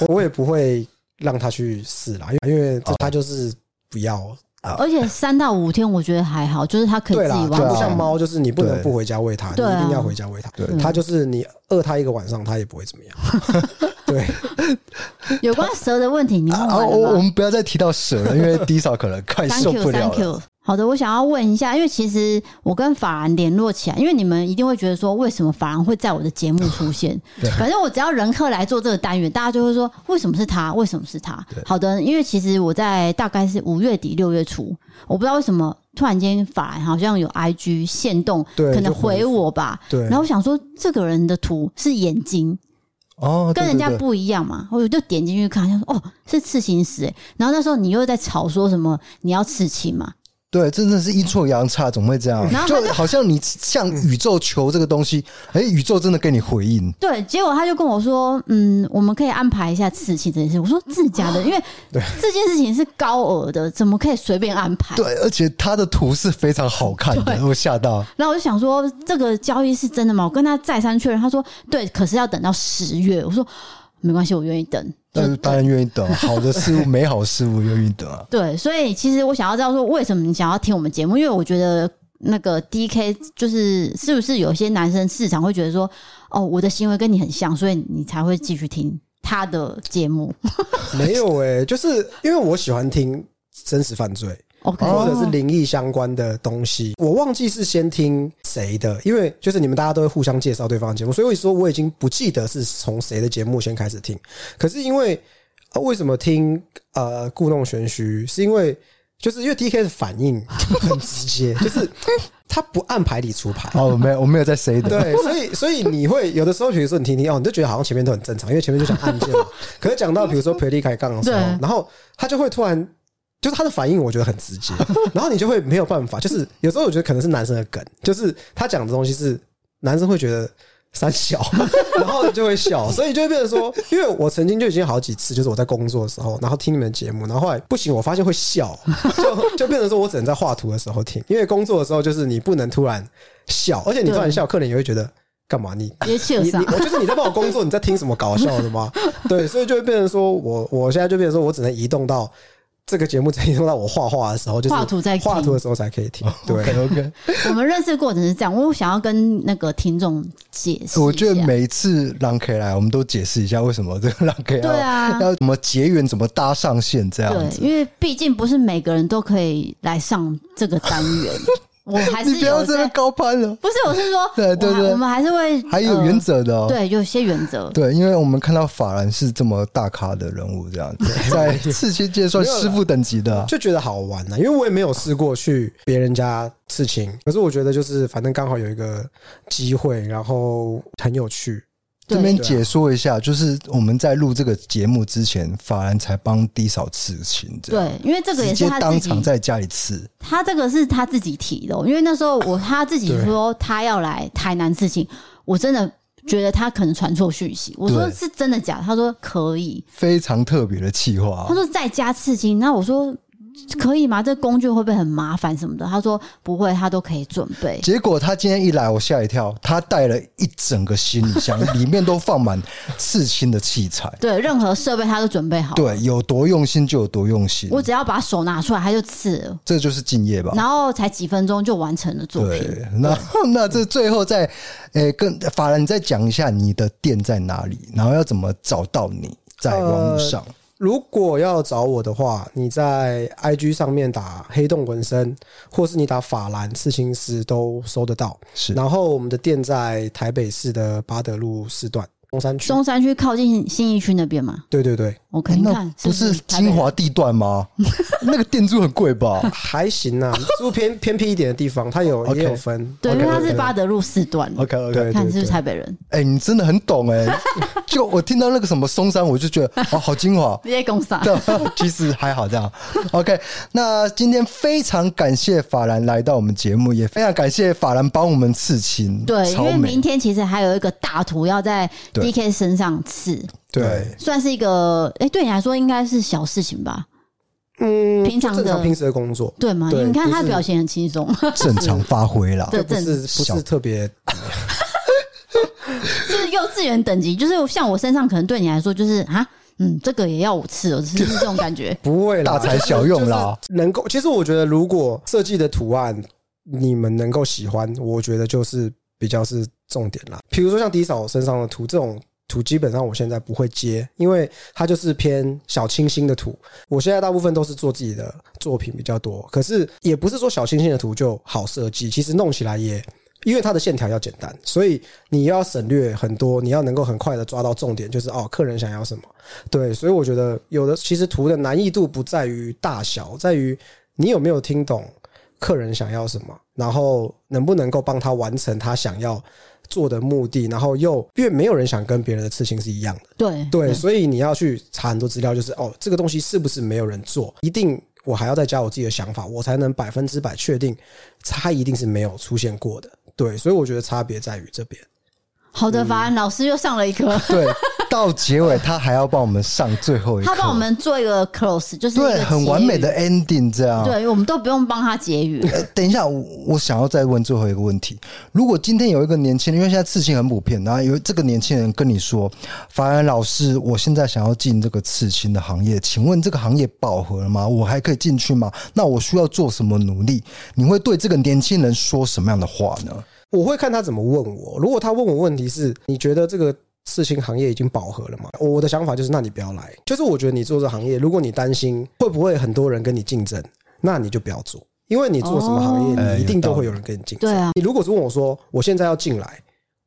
Speaker 3: 我我也不会让他去试啦，因为因为这他就是不要。
Speaker 2: 而且三到五天我觉得还好，就是它可以
Speaker 3: 对
Speaker 2: 自己
Speaker 3: 啦，
Speaker 2: 玩
Speaker 3: 它
Speaker 1: 对啊
Speaker 3: 不
Speaker 2: 玩。
Speaker 3: 像猫，就是你不能
Speaker 1: 对
Speaker 3: 不回家喂它，你
Speaker 2: 对啊
Speaker 3: 一定要回家喂它。
Speaker 1: 对
Speaker 3: 它就是你饿它一个晚上，它也不会怎么样。 对，
Speaker 2: 有关蛇的问题，你问
Speaker 1: 啊，
Speaker 2: 完
Speaker 1: 我
Speaker 2: 了
Speaker 1: 我
Speaker 2: 吗
Speaker 1: 们不要再提到蛇了，因为迪嫂可能快受不了
Speaker 2: Thank
Speaker 1: 了。
Speaker 2: you。好的，我想要问一下，因为其实我跟法兰联络起来，因为你们一定会觉得说，为什么法兰会在我的节目出现？反正我只要人客来做这个单元，大家就会说，为什么是他？为什么是他？好的，因为其实我在大概是五月底六月初，我不知道为什么突然间法兰好像有 IG 限动，
Speaker 3: 对
Speaker 2: 可能
Speaker 3: 就回
Speaker 2: 回我吧。
Speaker 3: 对
Speaker 2: 然后我想说，这个人的图是眼睛，
Speaker 1: 哦，
Speaker 2: 跟人家
Speaker 1: 对对对
Speaker 2: 不一样嘛，我就点进去看，想说哦是刺青师、欸，然后那时候你又在吵说什么你要刺青嘛，
Speaker 1: 对，真的是阴错阳差，怎么会这样
Speaker 2: 然？后他嗯
Speaker 1: 就好像你向宇宙求这个东西，哎，宇宙真的给你回应。
Speaker 2: 对，结果他就跟我说，嗯，我们可以安排一下刺青这件事，我说自家的，因为这件事情是高额的，怎么可以随便安排？
Speaker 1: 对，而且它的图是非常好看的，我吓到。
Speaker 2: 然后我就想说，这个交易是真的吗？我跟他再三确认，他说对，可是要等到十月，我说没关系，我愿意等。
Speaker 1: 但当然愿意等，好的 事物、美好事物愿意等啊。
Speaker 2: 对，所以其实我想要知道说，为什么你想要听我们节目？因为我觉得那个 D K 就是是不是有些男生市场会觉得说，哦，我的行为跟你很像，所以你才会继续听他的节目。
Speaker 3: 没有诶、就是因为我喜欢听真实犯罪
Speaker 2: OK，、
Speaker 3: 哦或者是灵异相关的东西，我忘记是先听谁的，因为就是你们大家都会互相介绍对方的节目，所以我一直说我已经不记得是从谁的节目先开始听。可是因为、呃、为什么听呃故弄玄虚，是因为就是因为 D K 的反应很直接，就是他不按牌理出牌。
Speaker 1: 哦，没有，我没有在 say 的。
Speaker 3: 对，所以所以你会有的时候，比如说你听听哦，你就觉得好像前面都很正常，因为前面就讲案件嘛。可是讲到比如说裴力开杠的时候
Speaker 2: 对，
Speaker 3: 然后他就会突然就是他的反应，我觉得很直接，然后你就会没有办法，就是有时候我觉得可能是男生的梗，就是他讲的东西是男生会觉得。三小，然后就会笑，所以就会变成说，因为我曾经就已经好几次，就是我在工作的时候，然后听你们的节目，然后后来不行，我发现会笑，就就变成说我只能在画图的时候听，因为工作的时候就是你不能突然笑，而且你突然笑，客人也会觉得干嘛你
Speaker 2: 别气
Speaker 3: 你
Speaker 2: 上
Speaker 3: 你，我就是你在帮我工作，你在听什么搞笑的 吗？对，所以就会变成说我我现在就变成说我只能移动到这个节目，只能移动到我画画的时候，就是
Speaker 2: 画图在听哦
Speaker 3: 画图的时候才可以听。对，
Speaker 1: ，OK。
Speaker 2: 我们认识过程是这样。我想要跟那个听众解释一下，
Speaker 1: 我觉得每一次让 K 来，我们都解释一下为什么这个让 K 要、
Speaker 2: 对 啊
Speaker 1: 要怎么结缘，怎么搭上线这样
Speaker 2: 对，
Speaker 1: 子。
Speaker 2: 因为毕竟不是每个人都可以来上这个单 元，我还
Speaker 1: 你
Speaker 2: 是
Speaker 1: 不要
Speaker 2: 有
Speaker 1: 这么
Speaker 2: 在。
Speaker 1: 高攀了，
Speaker 2: 不是，我是说，
Speaker 1: 对对
Speaker 2: 我还
Speaker 1: 对
Speaker 2: 我们还是会
Speaker 1: 还有
Speaker 2: 呃
Speaker 1: 原则的哦、
Speaker 2: 对，有些原则。
Speaker 1: 对因为我们看到法兰是这么大咖的人物，这样 子在刺青界算师傅等级的啊、
Speaker 3: 就觉得好玩呢、因为我也没有试过去别人家刺青，可是我觉得就是反正刚好有一个机会，然后很有趣。
Speaker 1: 这边
Speaker 2: 对，啊
Speaker 1: 解说一下，就是我们在录这个节目之前，法兰才帮 D 嫂刺青，这样
Speaker 2: 对，因为这个也
Speaker 1: 直
Speaker 2: 是
Speaker 1: 接
Speaker 2: 他
Speaker 1: 当
Speaker 2: 自己
Speaker 1: 场，在家里刺。
Speaker 2: 他这个是他自己提的哦、因为那时候我他自己说他要来台南事情，我真的觉得他可能传错讯息。我说
Speaker 1: 对
Speaker 2: 是真的假的？他说可以，
Speaker 1: 非常特别的企划
Speaker 2: 他
Speaker 1: 啊，
Speaker 2: 说在家刺青，那我说可以吗？这工具会不会很麻烦什么的？他说不会，他都可以准备。
Speaker 1: 结果他今天一来，我吓一跳，他带了一整个行李箱，里面都放满刺青的器 材。
Speaker 2: 对，任何设备他都准备好。，
Speaker 1: 对，有多用心就有多用心，
Speaker 2: 我只要把手拿出来，他就刺了，
Speaker 1: 这就是敬业吧。
Speaker 2: 然后才几分钟就完成了作品。
Speaker 1: 对，那那这最后 再，诶、跟法兰，你再讲一下你的店在哪里，然后要怎么找到你在网络
Speaker 2: 呃
Speaker 1: 上。
Speaker 3: 如果要找我的话，你在 IG 上面打黑洞纹身，或是你打法兰刺青师都搜得到。
Speaker 1: 是
Speaker 3: 然后我们的店在台北市的巴德路四段中山区。
Speaker 2: 中山区靠近信义区那边嘛
Speaker 3: 对对对，
Speaker 2: ，OK，
Speaker 1: 哎
Speaker 2: 你
Speaker 1: 那
Speaker 2: 看
Speaker 1: 不
Speaker 2: 是
Speaker 1: 是
Speaker 2: 台北
Speaker 1: 精
Speaker 2: 人
Speaker 1: 华地段吗？ 那个店租很贵 吧？
Speaker 3: 还 行啊，住偏偏僻一点的地方，它有
Speaker 1: OK
Speaker 3: 也有分。
Speaker 2: 对，因
Speaker 1: OK，
Speaker 2: 为他是
Speaker 1: OK
Speaker 2: 巴德路四段。
Speaker 1: OK OK，
Speaker 3: 对
Speaker 2: 看
Speaker 3: 对
Speaker 2: 你是不
Speaker 3: 对
Speaker 2: 是台北人？
Speaker 1: 哎、你真的很懂哎、 就我听到那个什么松山，我就觉得哦，好精华。
Speaker 2: 直接攻杀。
Speaker 1: 但 其实还好这样。OK，那今天非常感谢法兰来到我们节目，也非常感谢法兰帮我们刺青，
Speaker 2: 对，因
Speaker 1: 超
Speaker 2: 为
Speaker 1: 美
Speaker 2: 明。天其实还有一个大图要在
Speaker 1: 对
Speaker 2: DK 身上刺，
Speaker 3: 对，
Speaker 2: 算是一个哎、对你来说应该是小事情吧？
Speaker 3: 嗯，
Speaker 2: 平常的
Speaker 3: 正常平时的工作，
Speaker 2: 对吗？
Speaker 3: 对
Speaker 2: 你看
Speaker 3: 不
Speaker 2: 他
Speaker 3: 是
Speaker 2: 表情很轻松，
Speaker 1: 正常发挥啦。
Speaker 2: 对
Speaker 3: 不
Speaker 2: 正
Speaker 3: 是不
Speaker 1: 小
Speaker 3: 是特别。
Speaker 2: 是幼稚园等级。就是像我身上可能对你来说就是啊，嗯，这个也要五次哦，就是这种 感觉
Speaker 3: 不会
Speaker 1: 大
Speaker 3: 啦，
Speaker 1: 材小用啦。
Speaker 3: 就是能够，其实我觉得，如果设计的图案你们能够喜欢，我觉得就是比较是重点啦。比如说像迪嫂身上的图，这种图基本上我现在不会接，因为它就是偏小清新的图。我现在大部分都是做自己的作品比较多，可是也不是说小清新的图就好设计，其实弄起来也。因为它的线条要简单，所以你要省略很多，你要能够很快的抓到重点，就是哦，客人想要什么。对，所以我觉得有的其实图的难易度不在于大小，在于你有没有听懂客人想要什么，然后能不能够帮他完成他想要做的目的，然后又因为没有人想跟别人的刺青是一样的，
Speaker 2: 对
Speaker 3: 对，所以你要去查很多资料，就是哦，这个东西是不是没有人做？一定我还要再加我自己的想法，我才能百分之百确定它一定是没有出现过的。对，所以我觉得差别在于这边。
Speaker 2: 好的，
Speaker 1: 嗯
Speaker 2: 法案老师又上了 一课，
Speaker 1: 对，到结尾他还要帮我们上最后一课，
Speaker 2: 他帮我们做一个 close，就是一个
Speaker 1: 对很完美的
Speaker 2: 结
Speaker 1: ending 这样。
Speaker 2: 语。对，我们都不用帮他结 语。
Speaker 1: 呃等一下，我我想要再问最后一个问题：如果今天有一个年轻人，因为现在刺青很普遍，然后有这个年轻人跟你说：“法安老师，我现在想要进这个刺青的行业，请问这个行业饱和了吗？我还可以进去吗？那我需要做什么努力？”你会对这个年轻人说什么样的话呢？
Speaker 3: 我会看他怎么问我。如果他问我问题是你觉得这个刺青行业已经饱和了吗？我的想法就是，那你不要来。就是我觉得你做这行业，如果你担心会不会很多人跟你竞争，那你就不要做，因为你做什么行业，
Speaker 1: 哦
Speaker 3: 你一定都会有人跟你竞争。
Speaker 2: 对啊，
Speaker 3: 你如果是问我说，我现在要进来，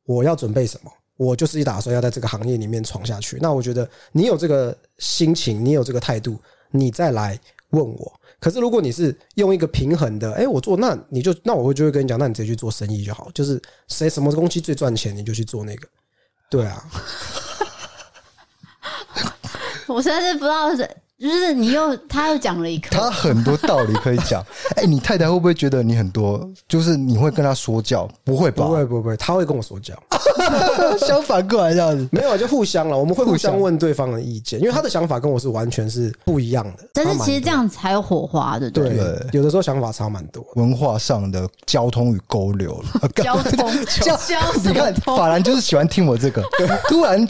Speaker 3: 我要准备什么？我就是打算要在这个行业里面闯下去。那我觉得你有这个心情，你有这个态度，你再来问我。可是如果你是用一个平衡的，哎、我做那你就那我会就会跟你讲，那你直接去做生意就好，就是谁什么东西最赚钱，你就去做那个。对啊，
Speaker 2: 我实在是不知道是，就是你又他又讲了一课，
Speaker 1: 他很多道理可以 讲。哎、你太太会不会觉得你很多？就是你会跟她说教？不会吧？
Speaker 3: 不会不会不会，他会跟我说教，
Speaker 1: 相反过来这样子。
Speaker 3: 没有啊就互相了，我们会互相问对方的意见，因为他的想法跟我是完全是不一样的。
Speaker 2: 但
Speaker 3: 差
Speaker 2: 是
Speaker 3: 蛮
Speaker 2: 其实这
Speaker 3: 多
Speaker 2: 样才有火花，对不对？
Speaker 3: 对
Speaker 1: 对，
Speaker 3: 有的时候想法差蛮多。
Speaker 1: 文化上的交通与沟流 了。
Speaker 2: 交通
Speaker 1: 交
Speaker 2: 交
Speaker 1: 你看，法兰就是喜欢听我这个，突然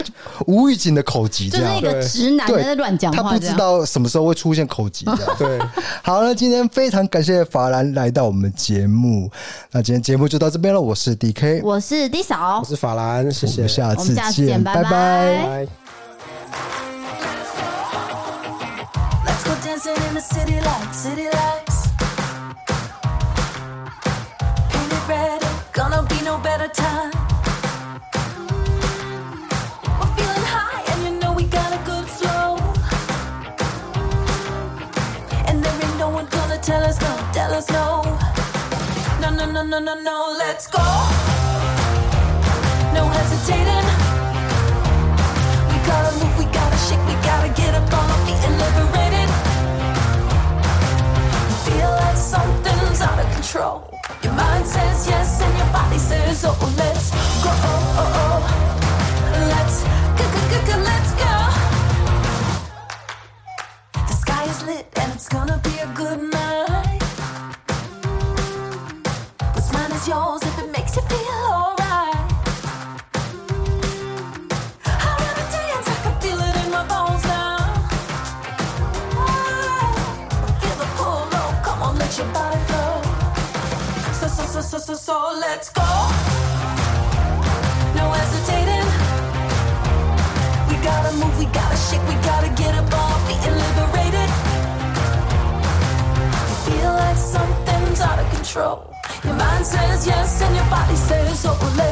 Speaker 1: 无预警的口急
Speaker 2: 就
Speaker 1: 这
Speaker 2: 是一
Speaker 1: 样，
Speaker 2: 个直男
Speaker 1: 对
Speaker 2: 在乱讲
Speaker 1: 他
Speaker 2: 话
Speaker 1: 不
Speaker 2: 这
Speaker 1: 知
Speaker 2: 样。
Speaker 1: 道什么时候会出现口急这 样。
Speaker 3: 对，
Speaker 1: 好了，那今天非常感谢法兰来到我们节目，那今天节目就到这边了，我是 D K，
Speaker 2: 我是哦 D 嫂
Speaker 3: 我，是法兰，谢
Speaker 1: 我
Speaker 3: 谢
Speaker 1: 们。下
Speaker 2: 我
Speaker 1: 次
Speaker 2: 们下次
Speaker 1: 见，
Speaker 2: 见，
Speaker 1: 拜
Speaker 2: 拜
Speaker 1: 拜。
Speaker 3: 拜。
Speaker 4: Let's go dancing in the city lights, city lights. Painted red, gonna be no better time. We're feeling high, and you know we got a good flow. And there ain't no one gonna tell us no, tell us no. No, no, no, no, no, no, let's go. No hesitating. We gotta move, we gotta shake, we gotta get up on our feet and liberate it. You feel like something's out of control. Your mind says yes and your body says oh. Let's go, oh, oh, oh. Let's go, go, go, go, let's go. The sky is lit and it's gonna be a good night. What's mine is yours if it makes you feel alright. I wanna dance, I can feel it in my bones now. Feel the pull, oh, come on, let your body go. So, so, so, so, so, so, let's go. No hesitating. We gotta move, we gotta shake, we gotta get up on our feet and liberate it. You feel like something's out of control. Your mind says yes and your body says oh, let oh,